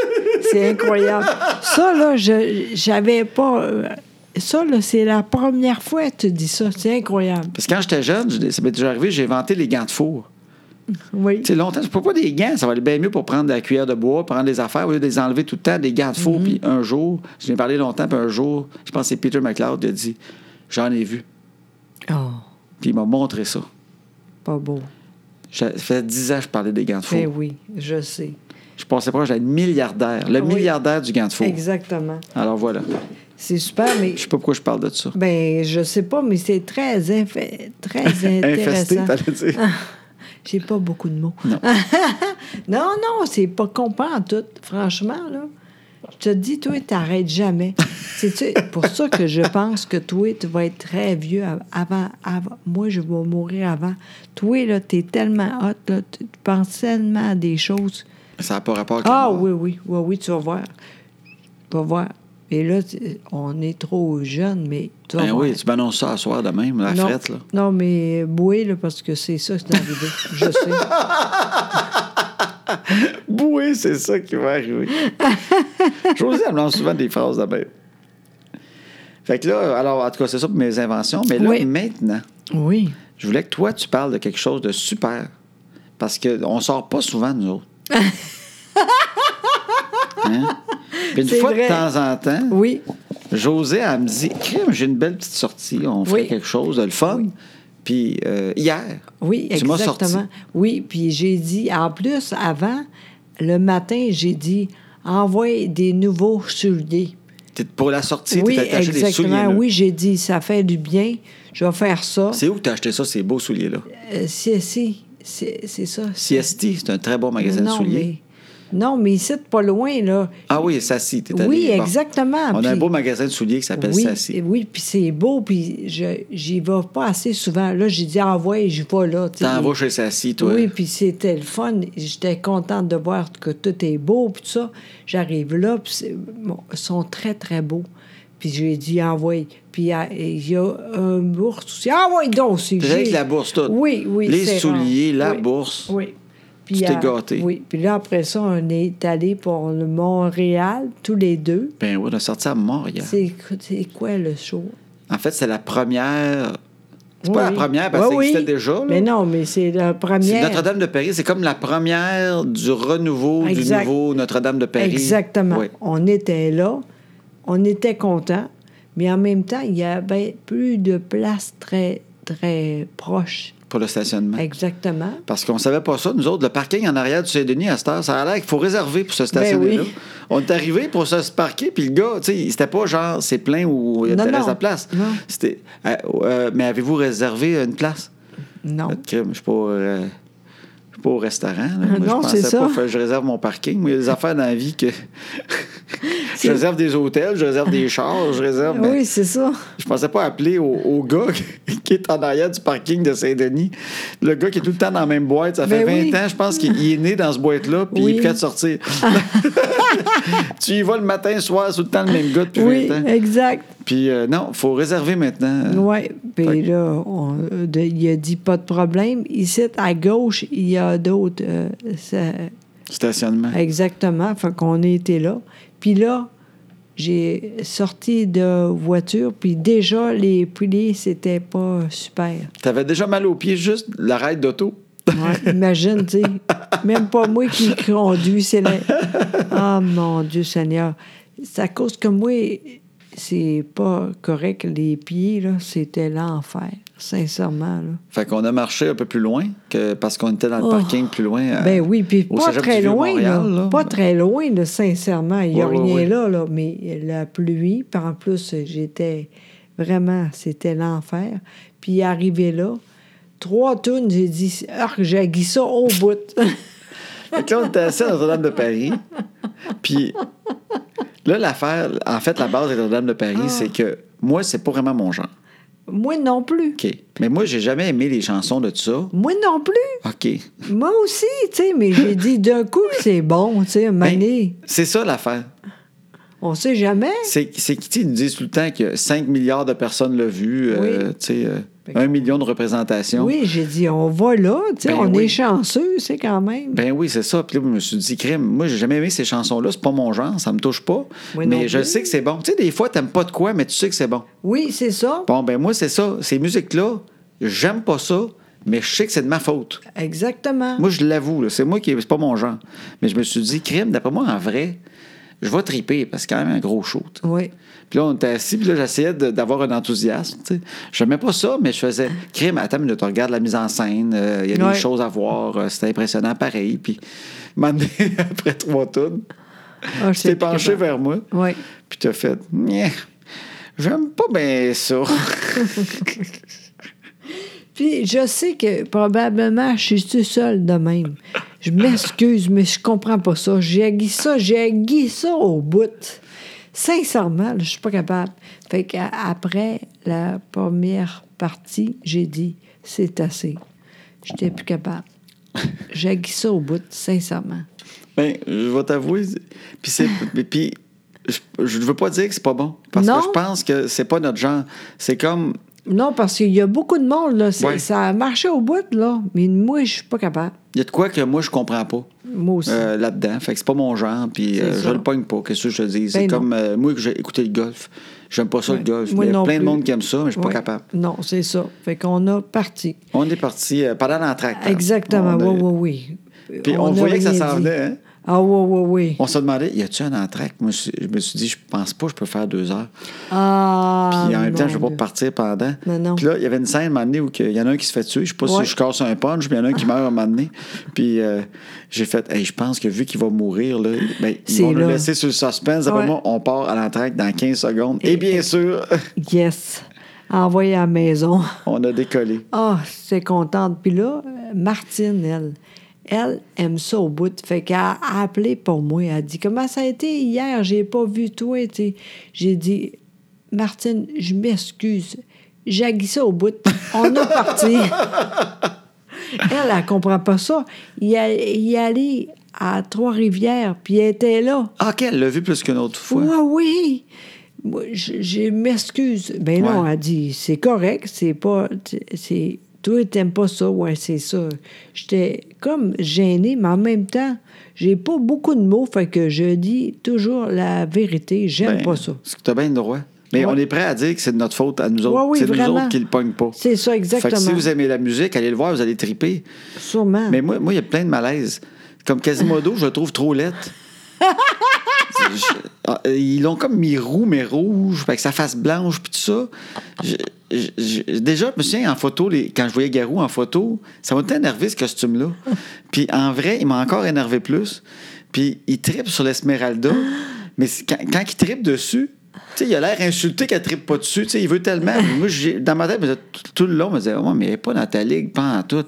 Speaker 2: c'est incroyable. Ça, là, je j'avais pas. euh, Ça, là, c'est la première fois que tu dis ça. C'est incroyable.
Speaker 1: Parce que quand j'étais jeune, je- ça m'est déjà arrivé, j'ai inventé les gants de four.
Speaker 2: Oui.
Speaker 1: Tu sais, longtemps, je pourquoi pas des gants? Ça valait bien mieux pour prendre la cuillère de bois, prendre des affaires, au lieu de les enlever tout le temps, des gants de four. Puis un jour, je l'ai parlé longtemps, puis un jour, je pense que c'est Peter McLeod qui a dit J'en ai vu.
Speaker 2: Oh,
Speaker 1: Puis il m'a montré ça.
Speaker 2: pas beau.
Speaker 1: Ça fait 10 ans que je parlais des gants de four.
Speaker 2: Ben oui, je sais.
Speaker 1: Je pensais pas que j'étais milliardaire, le
Speaker 2: Ah Oui.
Speaker 1: milliardaire du gant de four.
Speaker 2: Exactement.
Speaker 1: Alors voilà.
Speaker 2: C'est super, mais.
Speaker 1: Je sais pas pourquoi je parle de ça.
Speaker 2: Ben, je sais pas, mais c'est très, inf- très
Speaker 1: Infesté,
Speaker 2: intéressant.
Speaker 1: t'allais dire.
Speaker 2: J'ai pas beaucoup de mots.
Speaker 1: Non.
Speaker 2: non, non, c'est pas compant en tout, franchement, là. Je te dis, toi, t'arrêtes jamais. C'est pour ça que je pense que toi, tu vas être très vieux av- avant, avant. Moi, je vais mourir avant. Toi, là, t'es tellement hot, là, tu tu penses tellement à des choses.
Speaker 1: Ça n'a pas rapport avec la
Speaker 2: Ah
Speaker 1: mort.
Speaker 2: oui, oui, oui, oui, tu vas voir. Tu vas voir. Et là, tu- on est trop jeune, mais tu vas
Speaker 1: Ben
Speaker 2: voir.
Speaker 1: oui, tu m'annonces ça à soir de même, la
Speaker 2: non,
Speaker 1: frette, là.
Speaker 2: non, mais boué, là, parce que c'est ça qui est arrivé. je sais.
Speaker 1: Boué, c'est ça qui va arriver. Josée, elle me lance souvent des phrases de même. Fait que là, alors, en tout cas, c'est ça pour mes inventions. Mais là,
Speaker 2: Oui.
Speaker 1: maintenant,
Speaker 2: Oui.
Speaker 1: je voulais que toi, tu parles de quelque chose de super. Parce qu'on ne sort pas souvent, nous autres. Hein? Puis une
Speaker 2: C'est
Speaker 1: fois
Speaker 2: vrai.
Speaker 1: de temps en temps,
Speaker 2: Oui.
Speaker 1: Josée, elle me dit Crime, j'ai une belle petite sortie, on fait
Speaker 2: Oui.
Speaker 1: quelque chose de le fun. Puis euh, hier,
Speaker 2: Oui,
Speaker 1: Tu m'as sorti.
Speaker 2: exactement. Oui, puis j'ai dit, en plus, avant, le matin, j'ai dit, envoie des nouveaux souliers.
Speaker 1: t'es- pour la sortie,
Speaker 2: oui,
Speaker 1: tu t'es attaché des souliers.
Speaker 2: exactement.
Speaker 1: là.
Speaker 2: Oui, j'ai dit, ça fait du bien, je vais faire ça.
Speaker 1: C'est où que tu as acheté ça, ces beaux souliers-là
Speaker 2: Euh, si, si, c'est c'est ça.
Speaker 1: CST, c'est un très bon magasin de
Speaker 2: non,
Speaker 1: souliers.
Speaker 2: mais, non, mais ici, pas loin, là.
Speaker 1: Ah oui, Sassy, t'es allé.
Speaker 2: Oui,
Speaker 1: bon.
Speaker 2: exactement.
Speaker 1: On a un
Speaker 2: Puis-
Speaker 1: beau magasin de souliers qui s'appelle
Speaker 2: oui,
Speaker 1: Sassy.
Speaker 2: Oui, puis c'est beau, puis je- j'y vais pas assez souvent. Là, j'ai dit, envoie, je vais là. tu sais.
Speaker 1: T'en vas chez Sassy, toi.
Speaker 2: Oui, puis c'était le fun. J'étais contente de voir que tout est beau, puis tout ça. J'arrive là, puis c'est- bon, ils sont très, très beaux. Puis j'ai dit, envoie. Puis il y a- il y, a un bourse aussi. Envoie donc aussi.
Speaker 1: T'es avec la bourse, toute.
Speaker 2: Oui, oui. c'est
Speaker 1: Les
Speaker 2: rare.
Speaker 1: souliers, la
Speaker 2: Oui,
Speaker 1: bourse.
Speaker 2: Oui. Puis
Speaker 1: Tu t'es
Speaker 2: à-
Speaker 1: gâté.
Speaker 2: Oui. Puis là, après ça, on est allé pour le Montréal, tous les deux.
Speaker 1: Ben oui, on a sorti à Montréal.
Speaker 2: C'est c'est quoi le show?
Speaker 1: En fait, c'est la première. C'est pas la première parce que ça existait déjà. là.
Speaker 2: Mais non, mais c'est la
Speaker 1: C'est
Speaker 2: première.
Speaker 1: Notre-Dame de Paris, c'est comme la première du renouveau
Speaker 2: Exact.
Speaker 1: du nouveau Notre-Dame de Paris.
Speaker 2: Exactement.
Speaker 1: Oui.
Speaker 2: On était là, on était contents, mais en même temps, il y avait plus de place très, très proche.
Speaker 1: Pour le stationnement.
Speaker 2: Exactement.
Speaker 1: Parce qu'on savait pas ça, nous autres. Le parking en arrière du Saint-Denis à cette heure, ça a l'air qu'il faut réserver pour se stationner là.
Speaker 2: Ben oui.
Speaker 1: On est arrivé pour se parquer, puis le gars, tu sais, il- c'était pas genre c'est plein ou il y a
Speaker 2: Non,
Speaker 1: de
Speaker 2: non.
Speaker 1: la place.
Speaker 2: Non.
Speaker 1: C'était. euh, euh, mais avez-vous réservé une place?
Speaker 2: Non.
Speaker 1: Fait que, crime, Je suis pas. euh, je suis pas au restaurant. là. Moi,
Speaker 2: Non,
Speaker 1: je
Speaker 2: c'est
Speaker 1: pensais
Speaker 2: ça.
Speaker 1: pas que je réserve mon parking. Moi, il y a des affaires dans la vie que. je réserve des hôtels, je réserve des chars, je réserve. mais-
Speaker 2: Oui, c'est ça.
Speaker 1: je pensais pas appeler au, au gars qui est en arrière du parking de Saint-Denis. Le gars qui est tout le temps dans la même boîte. Ça fait
Speaker 2: Ben
Speaker 1: 20
Speaker 2: oui.
Speaker 1: ans, je pense qu'il il est né dans ce boîte-là, puis il
Speaker 2: Oui.
Speaker 1: est prêt de sortir. tu y vas le matin, le soir, c'est tout le temps le même gars depuis
Speaker 2: Oui,
Speaker 1: 20 ans.
Speaker 2: exact.
Speaker 1: Puis euh, non, faut réserver maintenant. euh,
Speaker 2: Oui.
Speaker 1: Hein? fait
Speaker 2: Puis
Speaker 1: que-
Speaker 2: là, on- euh, de- il a dit pas de problème. Ici, à gauche, il y a d'autres. euh, ça-
Speaker 1: Stationnement.
Speaker 2: Exactement. Fait qu'on était là. Puis là, j'ai sorti de voiture, puis déjà, les piliers, c'était pas super.
Speaker 1: T'avais déjà mal aux pieds, juste la ride d'auto.
Speaker 2: Ouais, imagine, tu sais. Même pas moi qui conduis, c'est là. Ah, mon Dieu Seigneur. C'est à cause que moi, c'est pas correct. Les pieds, là, c'était l'enfer, sincèrement, là.
Speaker 1: Fait qu'on a marché un peu plus loin que parce qu'on était dans le
Speaker 2: Oh.
Speaker 1: parking plus loin. euh,
Speaker 2: Ben oui, puis
Speaker 1: au
Speaker 2: pas
Speaker 1: Cégep du
Speaker 2: très loin, là,
Speaker 1: Vieux-Montréal, là.
Speaker 2: Pas très loin, là, sincèrement. Il n'y a
Speaker 1: Ouais, ouais,
Speaker 2: rien
Speaker 1: ouais.
Speaker 2: là, là, mais la pluie, puis en plus, j'étais vraiment, c'était l'enfer. Puis arrivé là, trois tonnes, j'ai dit, ah, j'ai agui ça au bout.
Speaker 1: Fait que là, on était assis à Notre-Dame de Paris. Puis là, l'affaire, en fait, la base de Notre-Dame de Paris,
Speaker 2: Ah.
Speaker 1: c'est que moi, c'est pas vraiment mon genre.
Speaker 2: Moi non plus.
Speaker 1: OK. Mais moi, j'ai jamais aimé les chansons de tout ça.
Speaker 2: Moi non plus.
Speaker 1: OK.
Speaker 2: Moi aussi, tu sais, mais j'ai dit d'un coup que c'est bon, tu sais,
Speaker 1: Ben,
Speaker 2: Mané,
Speaker 1: c'est ça l'affaire.
Speaker 2: on sait jamais.
Speaker 1: C'est c'est que, tu sais, ils nous disent tout le temps que 5 milliards de personnes l'ont vu, euh,
Speaker 2: Oui.
Speaker 1: tu sais, euh,
Speaker 2: Fait que-
Speaker 1: 1 million de représentations.
Speaker 2: Oui, j'ai dit, on va là, tu sais,
Speaker 1: Ben
Speaker 2: on
Speaker 1: oui.
Speaker 2: est chanceux, c'est quand même.
Speaker 1: Ben oui, c'est ça. Puis là, je me suis dit, crime, moi, j'ai jamais aimé ces chansons-là. C'est pas mon genre, ça me touche pas.
Speaker 2: Moi non
Speaker 1: mais je
Speaker 2: plus.
Speaker 1: sais que c'est bon. Tu sais, des fois, t'aimes pas de quoi, mais tu sais que c'est bon.
Speaker 2: Oui, c'est ça.
Speaker 1: Bon, ben moi, c'est ça. Ces musiques-là, j'aime pas ça, mais je sais que c'est de ma faute.
Speaker 2: Ah. Exactement.
Speaker 1: Moi, je l'avoue, là, c'est moi qui. C'est pas mon genre. Mais je me suis dit, crime, d'après moi, en vrai, je vais triper parce que c'est quand même un gros show. tu sais.
Speaker 2: Oui.
Speaker 1: Puis là, on était assis, puis là, j'essayais de- d'avoir un enthousiasme. tu sais. J'aimais pas ça, mais je faisais crime, attends une minute, regarde la mise en scène, euh, il y a
Speaker 2: Ouais.
Speaker 1: des choses à voir, euh, c'était impressionnant pareil. Puis, un moment donné, après trois tonnes,
Speaker 2: Ah,
Speaker 1: tu t'es penché
Speaker 2: capable.
Speaker 1: vers moi,
Speaker 2: Oui.
Speaker 1: puis t'as fait, Nyeh, j'aime pas bien ça.
Speaker 2: Puis je sais que probablement je suis tout seul de même. Je m'excuse, mais je comprends pas ça. J'ai haï ça, j'ai haï ça au bout. Sincèrement, là, je suis pas capable. Fait qu'après la première partie, j'ai dit c'est assez. J'étais plus capable. J'ai haï ça au bout, sincèrement.
Speaker 1: Ben, je vais t'avouer. Puis c'est. Puis je ne veux pas dire que c'est pas bon. Parce
Speaker 2: Non.
Speaker 1: que je pense que c'est pas notre genre. C'est comme.
Speaker 2: Non, parce qu'il y a beaucoup de monde, là. c'est-
Speaker 1: Ouais.
Speaker 2: Ça a marché au bout, là. Mais moi, je suis pas capable.
Speaker 1: Il y a de quoi que moi, je comprends pas
Speaker 2: Moi aussi.
Speaker 1: euh, là-dedans. Fait que c'est pas mon genre. Puis
Speaker 2: C'est
Speaker 1: euh,
Speaker 2: ça.
Speaker 1: je le pogne pas. Qu'est-ce que je te dis? c'est
Speaker 2: Ben non.
Speaker 1: comme. euh, moi, que j'ai écouté le golf. J'aime pas ça,
Speaker 2: Ouais.
Speaker 1: le golf.
Speaker 2: Moi
Speaker 1: Il y a
Speaker 2: non
Speaker 1: plein de
Speaker 2: plus.
Speaker 1: monde qui aime ça, mais je suis
Speaker 2: Ouais.
Speaker 1: pas capable.
Speaker 2: Non, c'est ça. Fait qu'on a parti.
Speaker 1: On est parti euh, pendant l'entracte.
Speaker 2: Exactement.
Speaker 1: On a-
Speaker 2: Oui, oui, oui.
Speaker 1: Puis on,
Speaker 2: a
Speaker 1: voyait que ça
Speaker 2: rien
Speaker 1: s'en
Speaker 2: dit.
Speaker 1: venait. hein?
Speaker 2: Ah, oui, oui, oui.
Speaker 1: On se demandait, y a-tu un entracte? Moi, je je me suis dit, je pense pas, je peux faire deux heures.
Speaker 2: Ah.
Speaker 1: Puis en même temps, je ne
Speaker 2: mon
Speaker 1: vais pas
Speaker 2: Dieu.
Speaker 1: partir pendant.
Speaker 2: Non, non.
Speaker 1: Puis là, il y avait une scène à un moment donné où il y en a un qui se fait tuer. Je ne sais pas
Speaker 2: Ouais.
Speaker 1: si je casse un punch, mais il y en a un qui meurt à un moment donné. Puis euh, j'ai fait, hey, je pense que vu qu'il va mourir, là, ben, ils
Speaker 2: C'est
Speaker 1: vont
Speaker 2: là.
Speaker 1: nous laisser sur le suspense. Après
Speaker 2: Ouais.
Speaker 1: moi, on part à l'entraque dans 15 secondes. Et bien sûr,
Speaker 2: Yes. Envoyé à la maison.
Speaker 1: on a décollé.
Speaker 2: Ah, c'est contente. Puis là, Martine, elle, elle aime ça au bout. Fait qu'elle a appelé pour moi. Elle a dit Comment ça a été hier J'ai pas vu toi. tu sais. J'ai dit Martine, je m'excuse. J'ai haï ça au bout. On est parti. elle, elle comprend pas ça. Il est il est allé à Trois-Rivières, puis elle était là.
Speaker 1: Ah, OK, elle l'a vu plus qu'une autre fois.
Speaker 2: Ouais, oui. Moi, je, je m'excuse. Ben non,
Speaker 1: Ouais.
Speaker 2: elle dit, c'est correct, c'est pas. c'est Toi, t'aimes pas ça, ouais, c'est ça. J'étais comme gênée, mais en même temps, j'ai pas beaucoup de mots, fait que je dis toujours la vérité, j'aime
Speaker 1: Ben,
Speaker 2: pas ça.
Speaker 1: C'est que tu as bien le droit. Mais
Speaker 2: Ouais.
Speaker 1: on est prêt à dire que c'est de notre faute à nous autres.
Speaker 2: Ouais, oui,
Speaker 1: c'est nous
Speaker 2: vraiment.
Speaker 1: autres qui le pognent pas.
Speaker 2: C'est ça,
Speaker 1: Fait que si
Speaker 2: exactement.
Speaker 1: vous aimez la musique, allez le voir, vous allez triper.
Speaker 2: Sûrement.
Speaker 1: Mais moi, moi, il y a plein de malaise. Comme Quasimodo, je le trouve trop laite. C'est- je- ah, euh, ils l'ont comme mis roux, mais rouge, avec sa face blanche, puis tout ça. Je- je- je- déjà, je me souviens, en photo, les- quand je voyais Garou en photo, ça m'a tant énervé, ce costume-là. Puis en vrai, il m'a encore énervé plus. Puis il tripe sur l'Esmeralda, mais c'est- quand, quand il tripe dessus, tu sais, il a l'air insulté qu'elle tripe pas dessus. Tu sais, il veut tellement. Moi, j'ai- dans ma tête, tout, tout le long, je me disais, Ouais, mais elle est pas dans ta ligue, pas en tout.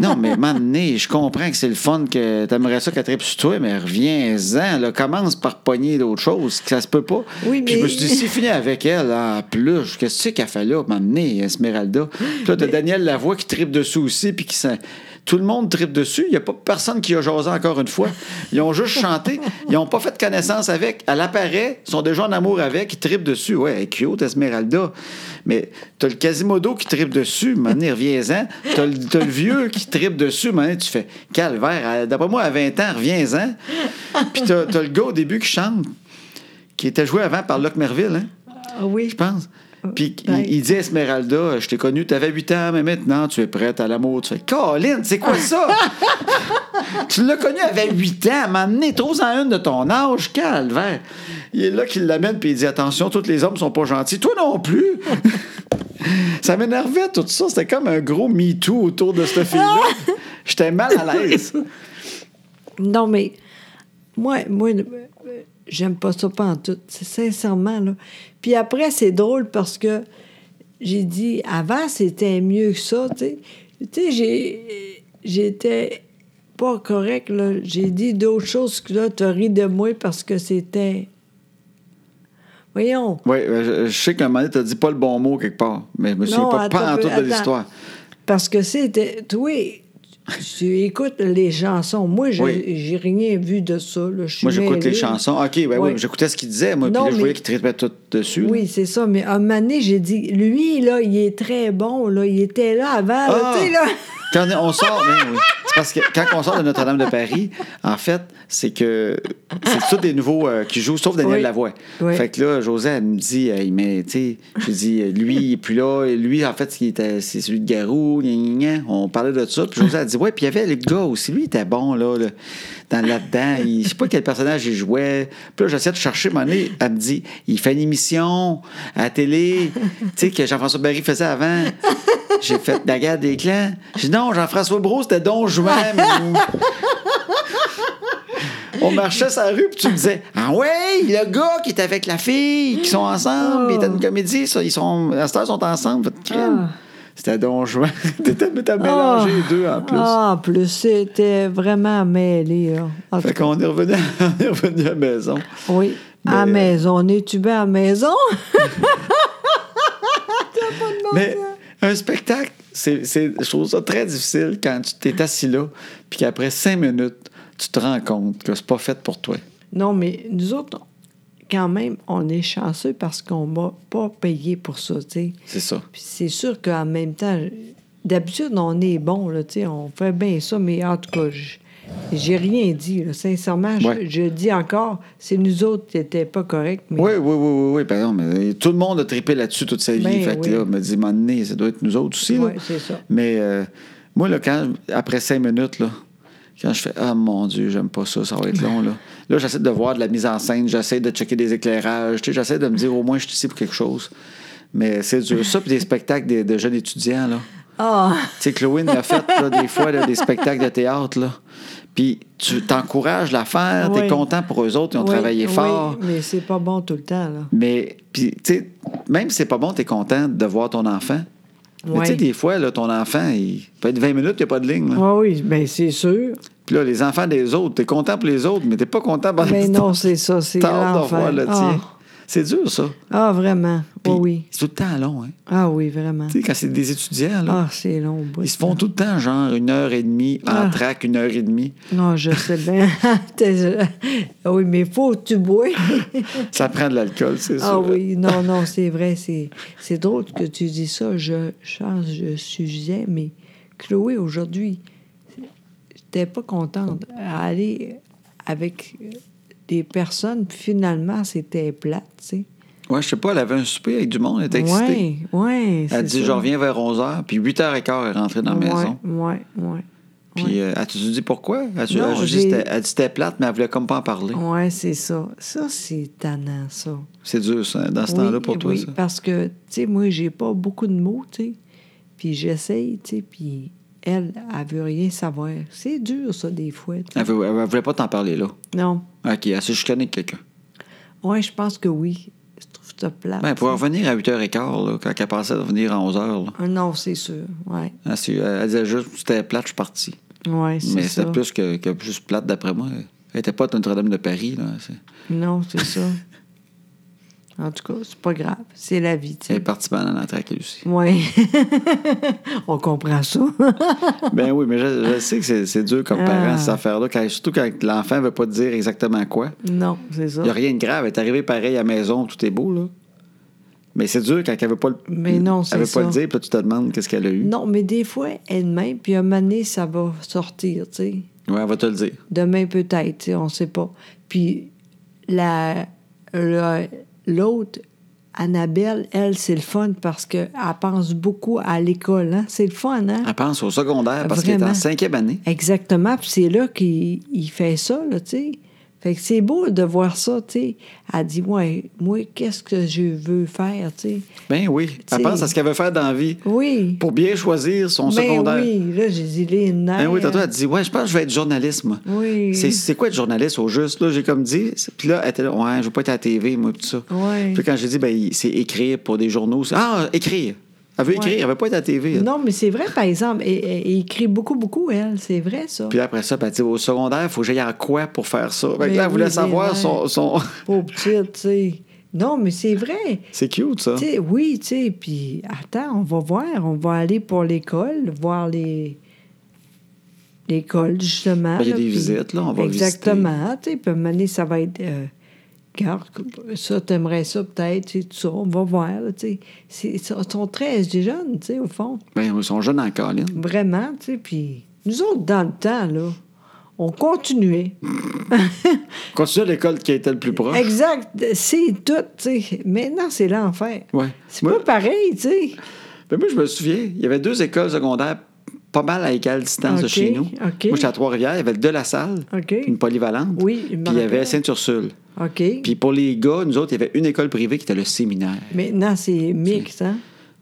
Speaker 1: Non, mais m'amener, je comprends que c'est le fun que t'aimerais ça qu'elle tripe sur toi, mais reviens-en, là, commence par pogner d'autres choses, que ça se peut pas.
Speaker 2: Oui,
Speaker 1: Puis je
Speaker 2: mais-
Speaker 1: me suis dit, si fini avec elle, en plus, qu'est-ce que c'est qu'elle fait là, m'amener, Esmeralda? Puis là, t'as Daniel Lavoie qui tripe dessus aussi, puis qui s'en- Tout le monde tripe dessus. Il n'y a pas personne qui a jasé encore une fois. Ils ont juste chanté. Ils n'ont pas fait connaissance avec. Elle apparaît, ils sont déjà en amour avec, ils tripent dessus. Ouais, elle est cute, Esmeralda. Mais t'as le Quasimodo qui tripe dessus, mané, reviens-en. T'as le, t'as le vieux qui tripe dessus, mané, tu fais calvaire. elle- D'après moi, à 20 ans, reviens-en. Puis t'as, t'as le gars au début qui chante, qui était joué avant par Locke Merville, hein,
Speaker 2: Ah oui.
Speaker 1: je pense. Puis il-
Speaker 2: Ouais.
Speaker 1: il, dit à Esmeralda, euh, je t'ai connu, t'avais 8 ans, mais maintenant tu es prête à l'amour. Tu fais, Colin, c'est quoi ça? tu l'as connu, elle avait 8 ans, m'amener trop en une de ton âge, calvaire. Il est là qu'il l'amène, puis il dit, attention, tous les hommes sont pas gentils, toi non plus. ça m'énervait tout ça, c'était comme un gros me too autour de cette fille-là. J'étais mal à l'aise.
Speaker 2: Non, mais moi, moi euh, euh, j'aime pas ça pas en tout. C'est sincèrement, là. Puis après, c'est drôle parce que j'ai dit, avant, c'était mieux que ça, tu sais. Tu sais, j'ai- j'étais pas correct, là. J'ai dit d'autres choses que là, tu ri de moi parce que c'était... Voyons.
Speaker 1: Oui, euh, je, je sais qu'à un moment donné, t'as dit pas le bon mot quelque part, mais je me souviens
Speaker 2: Non,
Speaker 1: pas,
Speaker 2: attends
Speaker 1: pas en
Speaker 2: un peu,
Speaker 1: tout de
Speaker 2: attends.
Speaker 1: l'histoire.
Speaker 2: Parce que c'était. Toi, tu écoutes les chansons. Moi, je-
Speaker 1: Oui.
Speaker 2: j'ai rien vu de ça. là. Je suis
Speaker 1: Moi, j'écoute
Speaker 2: mêlée.
Speaker 1: les chansons. OK, ben oui,
Speaker 2: Ouais.
Speaker 1: j'écoutais ce qu'il disait, moi, puis
Speaker 2: Non,
Speaker 1: là, je voyais
Speaker 2: mais-
Speaker 1: qu'il traitait tout dessus. là.
Speaker 2: Oui, c'est ça. Mais à un moment donné, j'ai dit, lui, là, il est très bon. Là. Il était là avant. là,
Speaker 1: Ah!
Speaker 2: tu sais, là.
Speaker 1: Quand on sort, ben oui. c'est parce que quand on sort de Notre-Dame de Paris, en fait, c'est que c'est tous des nouveaux euh, qui jouent, sauf Daniel
Speaker 2: Oui.
Speaker 1: Lavoie.
Speaker 2: Oui.
Speaker 1: Fait que là, José, elle me dit, hey, mais tu sais, je dis, euh, lui, il est plus là, et lui, en fait, il était- c'est celui de Garou, gna, gna, gna. on parlait de ça, puis José, elle dit, ouais, puis il y avait le gars aussi, lui, il était bon, là, là, dans, là-dedans, il, je sais pas quel personnage il jouait. Puis là, j'essayais de chercher, à un moment donné, elle me dit, il fait une émission à la télé, tu sais, que Jean-François Barry faisait avant. J'ai fait la guerre des clans. J'ai dit non, Jean-François Brault, c'était Don Juan. nous. On marchait sur la rue, puis tu me disais Ah ouais, le gars qui est avec la fille, qui sont ensemble,
Speaker 2: Oh.
Speaker 1: puis ils étaient une comédie, ça, ils sont, à cette heure, ils sont ensemble. Votre crème.
Speaker 2: Ah. Oh.
Speaker 1: C'était Don Juan. T'étais- mais T'as mélangé les deux en plus.
Speaker 2: Ah, en plus, c'était vraiment mêlé. là. En
Speaker 1: Fait
Speaker 2: tout cas,
Speaker 1: qu'on est revenu, on est revenu à la maison.
Speaker 2: oui, à la
Speaker 1: Mais- euh,
Speaker 2: maison. On est tubé à la maison.
Speaker 1: Mais un spectacle, c'est, c'est- je trouve ça très difficile quand tu t'es assis là, puis qu'après cinq minutes, tu te rends compte que c'est pas fait pour toi.
Speaker 2: Non, mais nous autres, on- quand même, on est chanceux parce qu'on m'a pas payé pour ça, tu sais.
Speaker 1: C'est ça.
Speaker 2: Puis c'est sûr qu'en même temps, d'habitude, on est bon, là, tu sais, on fait bien ça, mais en tout cas, je- j'ai rien dit, là. Sincèrement, je-
Speaker 1: Ouais.
Speaker 2: je, dis encore, c'est nous autres qui n'étaient pas corrects, mais
Speaker 1: Oui, oui, oui, oui, oui, pardon, mais tout le monde a trippé là-dessus toute sa vie.
Speaker 2: Ben
Speaker 1: fait que
Speaker 2: oui.
Speaker 1: là, on me dit, m'en donné, ça doit être nous autres aussi. là.
Speaker 2: Ouais, c'est ça.
Speaker 1: Mais euh, moi, là, quand, après cinq minutes, là, quand je fais Ah mon Dieu, j'aime pas ça, ça va être long. Là, là j'essaie de voir de la mise en scène, j'essaie de checker des éclairages, tu sais, j'essaie de me dire au moins je suis ici pour quelque chose. Mais c'est dur. Ça, puis des spectacles de, de jeunes étudiants, là.
Speaker 2: Ah!
Speaker 1: Tu sais, Chloé l'a fait là, des fois, là, des spectacles de théâtre. Là. Puis tu t'encourages à faire,
Speaker 2: Oui.
Speaker 1: t'es content pour eux autres, ils ont
Speaker 2: Oui,
Speaker 1: travaillé
Speaker 2: oui,
Speaker 1: fort.
Speaker 2: mais c'est pas bon tout le temps, là.
Speaker 1: Mais, puis, tu sais, même si c'est pas bon, t'es content de voir ton enfant. Mais
Speaker 2: Ouais.
Speaker 1: tu sais, des fois, là, ton enfant, il peut être 20 minutes, il n'y a pas de ligne. là.
Speaker 2: Ah oui, bien, c'est sûr.
Speaker 1: Puis là, les enfants des autres, t'es content pour les autres, mais t'es pas content pour
Speaker 2: Mais non, c'est ça, c'est
Speaker 1: T'as hâte de
Speaker 2: l'enfer.
Speaker 1: voir le tien.
Speaker 2: Ah.
Speaker 1: C'est dur, ça.
Speaker 2: Ah, vraiment.
Speaker 1: Puis,
Speaker 2: Oui, oui.
Speaker 1: C'est tout le temps long, hein.
Speaker 2: Ah oui, vraiment.
Speaker 1: Tu sais, quand c'est des étudiants, là,
Speaker 2: Ah, c'est long. au bout.
Speaker 1: ils se font tout le temps, genre, une heure et demie, en
Speaker 2: Ah.
Speaker 1: track, une heure et demie.
Speaker 2: Non, je sais bien. T'es- ah oui, mais faut que tu bois.
Speaker 1: Ça prend de l'alcool, c'est sûr. hein?
Speaker 2: ah oui, non, non, c'est vrai. C'est c'est drôle que tu dis ça. Je change de sujet, mais Chloé, aujourd'hui, j'étais pas contente à aller avec des personnes. puis Finalement, c'était plate, tu sais.
Speaker 1: Ouais, je sais pas, elle avait un souper avec du monde, elle était excitée.
Speaker 2: Ouais, ouais.
Speaker 1: Elle
Speaker 2: c'est
Speaker 1: dit,
Speaker 2: ça.
Speaker 1: je reviens vers 11h, puis 8h15, elle est rentrée dans la maison.
Speaker 2: Ouais, ouais, ouais.
Speaker 1: Puis, euh, as-tu dit pourquoi? As-tu,
Speaker 2: Non,
Speaker 1: as-tu dit
Speaker 2: j'ai-
Speaker 1: c'était- elle dit c'était plate, mais elle voulait comme pas en parler.
Speaker 2: Ouais, c'est ça. Ça, c'est tannant, ça.
Speaker 1: C'est dur, ça, dans ce
Speaker 2: Oui,
Speaker 1: temps-là, pour toi,
Speaker 2: oui,
Speaker 1: ça.
Speaker 2: parce que, tu sais, moi, j'ai pas beaucoup de mots, tu sais. Puis j'essaye, tu sais, puis elle, elle veut rien savoir. C'est dur, ça, des fois. tu sais.
Speaker 1: Elle, veut- elle- elle voulait pas t'en parler, là.
Speaker 2: Non.
Speaker 1: OK, elle s'est chicanée avec quelqu'un.
Speaker 2: Ouais, je pense que oui. Je trouve ça plate.
Speaker 1: Ben, pour
Speaker 2: ça.
Speaker 1: revenir à 8h15, là, quand elle pensait de venir à 11h, là,
Speaker 2: Ah Non, c'est sûr, ouais.
Speaker 1: elle, s'est- elle disait juste c'était plate, je suis partie.
Speaker 2: Ouais, c'est
Speaker 1: Mais
Speaker 2: ça.
Speaker 1: c'était plus que, que juste plate, d'après moi. Elle était pas à Notre-Dame de Paris, là. C'est-
Speaker 2: Non, c'est ça. en tout cas, c'est pas grave. C'est la vie, tu
Speaker 1: Elle est
Speaker 2: sais.
Speaker 1: partie pendant la traque, elle aussi.
Speaker 2: Ouais. On comprend ça.
Speaker 1: ben oui, mais je, je sais que c'est, c'est dur comme parent,
Speaker 2: Ah.
Speaker 1: cette affaire-là, quand- surtout quand l'enfant veut pas te dire exactement quoi.
Speaker 2: non, c'est ça.
Speaker 1: Il n'y a rien de grave. Elle est arrivée pareil à la maison, tout est beau, là. Mais c'est dur quand elle veut pas le,
Speaker 2: Mais non, c'est
Speaker 1: elle veut
Speaker 2: ça.
Speaker 1: pas le dire, puis là, tu te demandes qu'est-ce qu'elle a eu.
Speaker 2: Non, mais des fois, elle-même, puis un moment donné, ça va sortir, tu sais.
Speaker 1: Ouais, elle va te le dire.
Speaker 2: Demain, peut-être, tu sais, on sait pas. Puis la, la- l'autre, Annabelle, elle, c'est le fun parce qu'elle pense beaucoup à l'école, hein. C'est le fun, hein?
Speaker 1: Elle pense au secondaire parce qu'elle est en
Speaker 2: Vraiment.
Speaker 1: cinquième année.
Speaker 2: Exactement, puis c'est là qu'il il fait ça, là, tu sais. Fait que c'est beau de voir ça, tu sais. Elle dit, ouais, moi, qu'est-ce que je veux faire, tu sais.
Speaker 1: Ben oui. Elle
Speaker 2: T'sais.
Speaker 1: pense à ce qu'elle veut faire dans la vie
Speaker 2: Oui.
Speaker 1: pour bien choisir son
Speaker 2: Ben
Speaker 1: secondaire.
Speaker 2: oui, là, j'ai dit, les nerfs.
Speaker 1: Ben oui, tantôt, elle dit Ouais, je pense que je vais être journaliste, moi.
Speaker 2: Oui.
Speaker 1: C'est, c'est quoi être journaliste au juste? Là, j'ai comme dit. c'est- Puis là, elle était là Ouais, je veux pas être à la TV, moi, pis tout ça.
Speaker 2: Ouais.
Speaker 1: Puis quand j'ai dit Ben, c'est écrire pour des journaux. c'est- Ah, écrire. Elle veut écrire, elle veut pas être à la TV. elle.
Speaker 2: Non, mais c'est vrai, par exemple. Et, et- et il crie beaucoup, beaucoup, elle. C'est vrai, ça.
Speaker 1: Puis après ça, ben, elle dit au secondaire, il faut que j'aille en quoi pour faire ça? Fait que
Speaker 2: Mais
Speaker 1: là, elle voulait
Speaker 2: oui,
Speaker 1: savoir
Speaker 2: mais
Speaker 1: son. son...
Speaker 2: Pauvre petite, tu sais. Non, mais c'est vrai.
Speaker 1: c'est cute, ça.
Speaker 2: Tu sais, oui, tu sais. Puis, attends, on va voir. On va aller pour l'école, voir les. L'école, justement.
Speaker 1: Ben, il y a
Speaker 2: là,
Speaker 1: des
Speaker 2: puis-
Speaker 1: visites, là, on va visiter.
Speaker 2: Exactement. Tu sais, puis à un moment donné, ça va être. euh, Regarde, ça, t'aimerais ça peut-être, tu sais, tout ça, on va voir, là, tu sais. C'est- Ils sont très jeunes, tu sais, au fond.
Speaker 1: Ben, ils sont jeunes en colline.
Speaker 2: Vraiment, tu sais, puis nous autres, dans le temps, là, on continuait.
Speaker 1: Continue à l'école qui était le plus proche.
Speaker 2: Exact, c'est tout, tu sais. Maintenant, c'est l'enfer.
Speaker 1: Ouais.
Speaker 2: C'est
Speaker 1: Moi,
Speaker 2: pas pareil, tu sais.
Speaker 1: ben, moi, je me souviens, il y avait deux écoles secondaires pas mal à égale distance de
Speaker 2: Ok,
Speaker 1: chez nous.
Speaker 2: ok.
Speaker 1: Moi, j'étais à Trois-Rivières, il y avait de la salle,
Speaker 2: Ok.
Speaker 1: une polyvalente.
Speaker 2: Oui, je me
Speaker 1: Puis il y avait
Speaker 2: rappelle.
Speaker 1: Saint-Ursule.
Speaker 2: OK.
Speaker 1: Puis pour les gars, nous autres, il y avait une école privée qui était le séminaire.
Speaker 2: Maintenant, c'est mix, hein?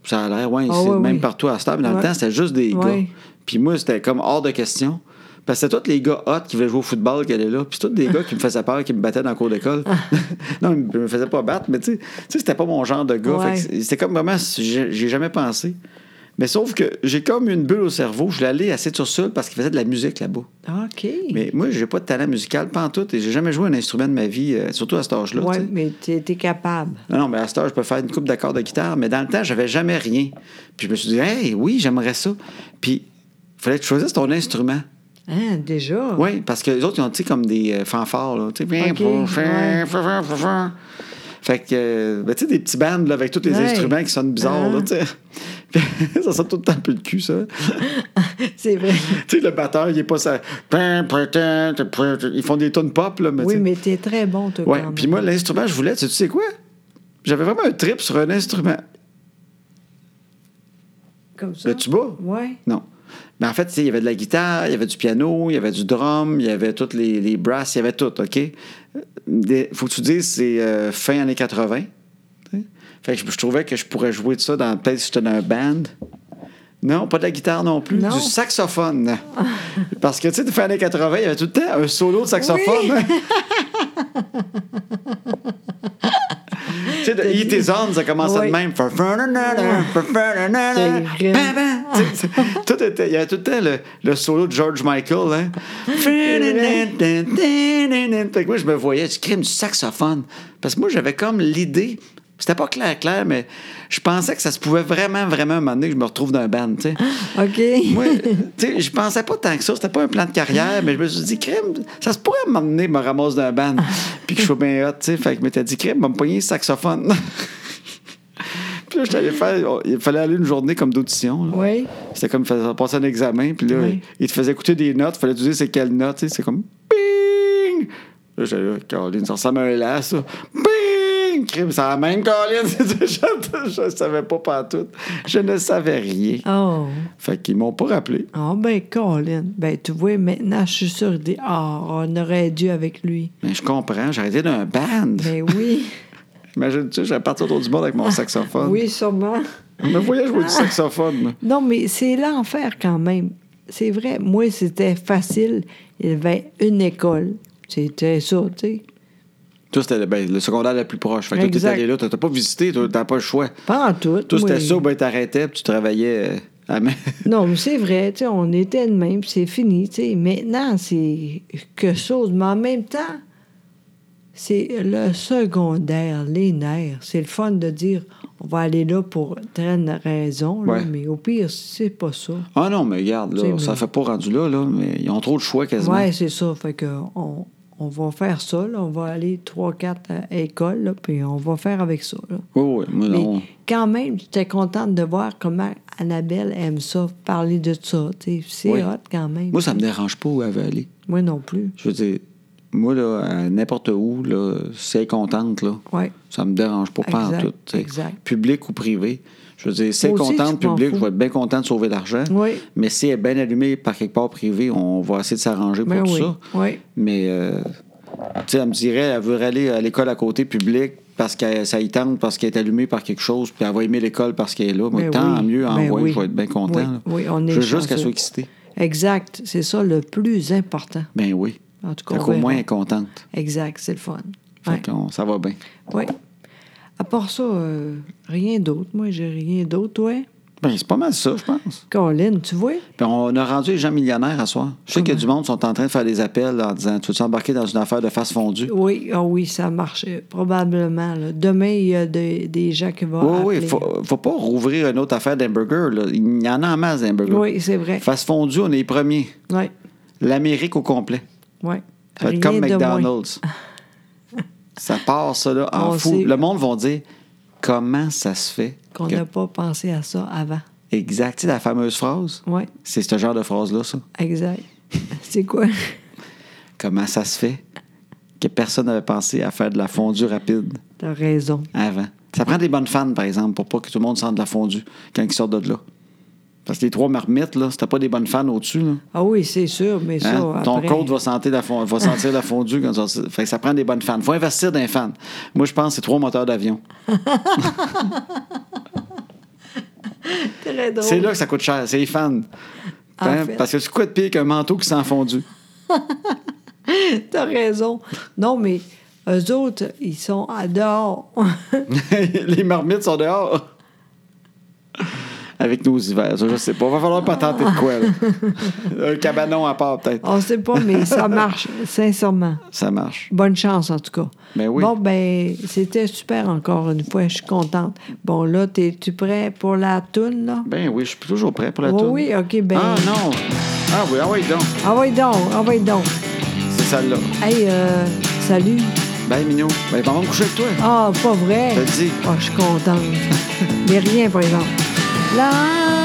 Speaker 1: Ça a l'air, ouais,
Speaker 2: Ah,
Speaker 1: c'est
Speaker 2: ouais,
Speaker 1: même
Speaker 2: ouais.
Speaker 1: partout à Star, mais dans le
Speaker 2: Ouais.
Speaker 1: temps, c'était juste des
Speaker 2: Ouais.
Speaker 1: gars. Puis moi, c'était comme hors de question. Parce que c'était tous les gars hot qui voulaient jouer au football qui allaient là. Puis c'est tous des
Speaker 2: Ah.
Speaker 1: gars qui me faisaient peur, qui me battaient dans le cours d'école. non, ils me faisaient pas battre, mais tu sais, tu sais, c'était pas mon genre de gars.
Speaker 2: Ouais.
Speaker 1: Fait que c'est- c'était comme vraiment, j'ai j'ai jamais pensé. Mais sauf que j'ai comme une bulle au cerveau. Je voulais aller à Saint-Ursule parce qu'il faisait de la musique là-bas.
Speaker 2: OK.
Speaker 1: Mais moi, j'ai pas de talent musical, pas en tout, et j'ai jamais joué un instrument de ma vie, euh, surtout à cet âge-là.
Speaker 2: oui,
Speaker 1: tu sais.
Speaker 2: mais tu étais capable.
Speaker 1: Non, non, mais à cette heure, je peux faire une coupe d'accords de guitare, mais dans le temps, j'avais jamais rien. Puis je me suis dit, hey, oui, j'aimerais ça. Puis il fallait que tu choisisses ton instrument.
Speaker 2: Hein, déjà?
Speaker 1: Oui, parce que les autres, ils ont, tu sais, comme des euh, fanfares, là. Tu sais,
Speaker 2: Ok, ouais.
Speaker 1: Fait que, euh, ben, tu sais, des petits bands, là, avec tous les
Speaker 2: Ouais.
Speaker 1: instruments qui sonnent bizarres, là,
Speaker 2: Ah.
Speaker 1: tu sais. Puis ça sonne tout le temps un peu le cul, ça.
Speaker 2: C'est vrai.
Speaker 1: tu sais, le batteur, il est pas ça. Ils font des tonnes pop, là, mais tu
Speaker 2: oui,
Speaker 1: sais.
Speaker 2: mais t'es très bon, toi,
Speaker 1: Ouais,
Speaker 2: quand
Speaker 1: puis
Speaker 2: même.
Speaker 1: moi, l'instrument, je voulais, tu sais, tu sais quoi? J'avais vraiment un trip sur un instrument.
Speaker 2: Comme ça?
Speaker 1: Le tuba?
Speaker 2: Oui.
Speaker 1: Non. Mais en fait, tu sais, il y avait de la guitare, il y avait du piano, il y avait du drum, il y avait toutes les, les brasses, il y avait tout, OK? Il faut que tu dises, c'est euh, fin années 80. tu sais. Fait que je, je trouvais que je pourrais jouer de ça dans peut-être si j'étais dans un band. Non, pas de la guitare non plus,
Speaker 2: Non.
Speaker 1: du saxophone. Parce que, tu sais, de fin années 80, il y avait tout le temps un solo de saxophone. Tu sais, de Eat His On, ça commençait
Speaker 2: Oui.
Speaker 1: de même. Tu sais, tout était- Il y avait tout le temps le, le solo de George Michael. Hein. Fait que moi, je me voyais, je crime du saxophone. Parce que moi, j'avais comme l'idée, c'était pas clair, clair, mais je pensais que ça se pouvait vraiment, vraiment, un moment donné, que je me retrouve dans un band. tu sais.
Speaker 2: OK.
Speaker 1: Moi, tu sais, je pensais pas tant que ça, c'était pas un plan de carrière, mais je me suis dit, crime, ça se pourrait m'emmener, me ramasse d'un band, puis que je sois bien hot, tu sais. Fait que je m'étais dit, crime, va me pogner le saxophone. puis là, je allé faire, il fallait aller une journée comme d'audition. là.
Speaker 2: Oui.
Speaker 1: C'était comme, il fallait passer un examen, puis là,
Speaker 2: Oui.
Speaker 1: il te faisait écouter des notes, il fallait te dire c'est quelle note, tu sais. C'est comme, ping! Là, j'allais, là, Caroline, ça ressemble à un las, ça. Ping! Crime, c'est la même, Caroline. je, je savais pas partout. Je ne savais rien.
Speaker 2: Oh.
Speaker 1: Fait qu'ils m'ont pas rappelé.
Speaker 2: Ah ben, Colin. Ben, tu vois, maintenant, je suis sûre des... Ah, on aurait dû avec lui.
Speaker 1: Mais je comprends, j'ai arrêté d'un band.
Speaker 2: Ben oui.
Speaker 1: Imagine-tu, j'allais partir autour du monde avec mon saxophone.
Speaker 2: oui, Ah. sûrement.
Speaker 1: Je me voyais jouer du saxophone. moi.
Speaker 2: Non, mais c'est l'enfer quand même. C'est vrai. Moi, c'était facile. Il y avait une école. C'était ça, tu sais.
Speaker 1: Toi, c'était ben, le secondaire le plus proche. Fait que toi, t'es
Speaker 2: Exact.
Speaker 1: allé là, t'as t'as pas visité, toi, t'as pas le choix.
Speaker 2: Pas en tout.
Speaker 1: Toi, c'était
Speaker 2: oui.
Speaker 1: ça, ben t'arrêtais, puis tu travaillais euh, à main.
Speaker 2: Non, mais c'est vrai, tu sais, on était de même, puis c'est fini, tu sais. Maintenant, c'est que chose, mais en même temps, c'est le secondaire, les nerfs. C'est le fun de dire, on va aller là pour telle raison, là,
Speaker 1: Ouais.
Speaker 2: mais au pire, c'est pas ça.
Speaker 1: Ah non, mais regarde, là,
Speaker 2: C'est
Speaker 1: ça
Speaker 2: bien.
Speaker 1: fait pas rendu là, là, mais ils ont trop de choix quasiment.
Speaker 2: Ouais, c'est ça, fait que on, on va faire ça, là, on va aller trois, quatre à- à écoles, là, puis on va faire avec ça, là.
Speaker 1: Oui, oui, moi,
Speaker 2: Mais
Speaker 1: non.
Speaker 2: quand même, j'étais contente de voir comment Annabelle aime ça, parler de ça, tu sais. C'est
Speaker 1: Oui.
Speaker 2: hot quand même.
Speaker 1: Moi, ça me dérange pas où elle veut aller.
Speaker 2: Moi non plus.
Speaker 1: Je veux dire, moi, là, à n'importe où, là, si elle est contente, là,
Speaker 2: Ouais.
Speaker 1: Ça me dérange pas, pas en
Speaker 2: Exact,
Speaker 1: tout. tu sais.
Speaker 2: exact.
Speaker 1: Public ou privé. Je veux dire, si elle est
Speaker 2: Moi aussi,
Speaker 1: contente,
Speaker 2: je m'en
Speaker 1: public, je
Speaker 2: fous.
Speaker 1: vais être bien content de sauver de l'argent.
Speaker 2: Oui.
Speaker 1: Mais si elle est bien allumée par quelque part privé, on va essayer de s'arranger pour
Speaker 2: Ben
Speaker 1: tout
Speaker 2: oui.
Speaker 1: ça.
Speaker 2: Oui.
Speaker 1: Mais, euh, tu sais, elle me dirait, elle veut aller à l'école à côté publique parce que ça y tente, parce qu'elle est allumée par quelque chose, puis elle va aimer l'école parce qu'elle est là. Moi,
Speaker 2: Ben
Speaker 1: tant
Speaker 2: oui.
Speaker 1: mieux,
Speaker 2: Ben
Speaker 1: envoyé,
Speaker 2: oui.
Speaker 1: je vais être bien content.
Speaker 2: Oui.
Speaker 1: là.
Speaker 2: Oui, on est
Speaker 1: Je veux juste qu'elle
Speaker 2: chanceux.
Speaker 1: soit excitée.
Speaker 2: Exact. C'est ça le plus important.
Speaker 1: Ben oui.
Speaker 2: En tout cas,
Speaker 1: Fait
Speaker 2: on
Speaker 1: qu'au
Speaker 2: verra.
Speaker 1: moins, elle est contente.
Speaker 2: Exact, c'est le fun.
Speaker 1: Fait qu'on- ça va bien.
Speaker 2: Oui. À part ça, euh, rien d'autre. Moi, j'ai rien d'autre, ouais.
Speaker 1: Ben, c'est pas mal ça, je pense.
Speaker 2: Colin, tu vois?
Speaker 1: Puis on a rendu les gens millionnaires à soir. Je sais qu'il y a du monde qui sont en train de faire des appels en disant Tu veux t'embarquer dans une affaire de face fondue
Speaker 2: Oui, ah oui, ça marche euh, probablement. là. Demain, il y a des- des gens qui vont.
Speaker 1: Oui, oui,
Speaker 2: appeler.
Speaker 1: faut, faut pas rouvrir une autre affaire d'hamburger. là. Il y en a en masse d'hamburger.
Speaker 2: Oui, c'est vrai.
Speaker 1: Face fondue, on est les premiers.
Speaker 2: Oui,
Speaker 1: L'Amérique au complet.
Speaker 2: oui.
Speaker 1: Ça va être
Speaker 2: Rien
Speaker 1: comme
Speaker 2: de moins.
Speaker 1: McDonald's. ça part, ça, là, en
Speaker 2: On
Speaker 1: fou.
Speaker 2: sait.
Speaker 1: Le monde va dire Comment ça se fait
Speaker 2: Qu'on
Speaker 1: que-
Speaker 2: n'a pas pensé à ça avant.
Speaker 1: Exact. Tu sais, la fameuse phrase
Speaker 2: Oui,
Speaker 1: C'est ce genre de phrase-là, ça.
Speaker 2: exact. c'est quoi?
Speaker 1: Comment ça se fait que personne n'avait pensé à faire de la fondue rapide
Speaker 2: T'as raison.
Speaker 1: avant. Ça prend des bonnes fans, par exemple, pour pas que tout le monde sente de la fondue quand ils sortent de là. Parce que les trois marmites, là, c'était pas des bonnes fans au-dessus. là.
Speaker 2: Ah oui, c'est sûr, mais ça.
Speaker 1: Hein? Ton
Speaker 2: après-
Speaker 1: code va sentir la, fon- va sentir la fondue quand tu vas- Fait que ça prend des bonnes fans. Faut investir dans les fans. Moi, je pense que c'est trois moteurs d'avion.
Speaker 2: Très drôle.
Speaker 1: C'est là que ça coûte cher, c'est les fans.
Speaker 2: Oh. En
Speaker 1: Hein?
Speaker 2: fait.
Speaker 1: Parce que c'est quoi de pire qu'un manteau qui sent fondu?
Speaker 2: T'as raison. Non, mais eux autres, ils sont à dehors.
Speaker 1: les marmites sont dehors. avec nos hivers. Ça, je sais pas. Va falloir pas tenter de quoi, là. Un cabanon à part, peut-être.
Speaker 2: On ne sait pas, mais ça marche, sincèrement.
Speaker 1: Ça marche.
Speaker 2: Bonne chance, en tout cas.
Speaker 1: Ben oui.
Speaker 2: Bon, ben, c'était super encore une fois. Je suis contente. Bon, là, es tu prêt pour la toune, là?
Speaker 1: Ben oui, je suis toujours prêt pour la
Speaker 2: Oui,
Speaker 1: tournée.
Speaker 2: oui, OK, ben.
Speaker 1: Ah non! Ah oui, ah oui, donc.
Speaker 2: Ah oui, donc, ah oui, donc.
Speaker 1: C'est celle-là.
Speaker 2: Hey, euh, salut.
Speaker 1: Ben Minou, ben on va me coucher avec toi.
Speaker 2: Ah, pas vrai.
Speaker 1: Je te le dis.
Speaker 2: Ah, je suis contente. Mais rien, par exemple. Là.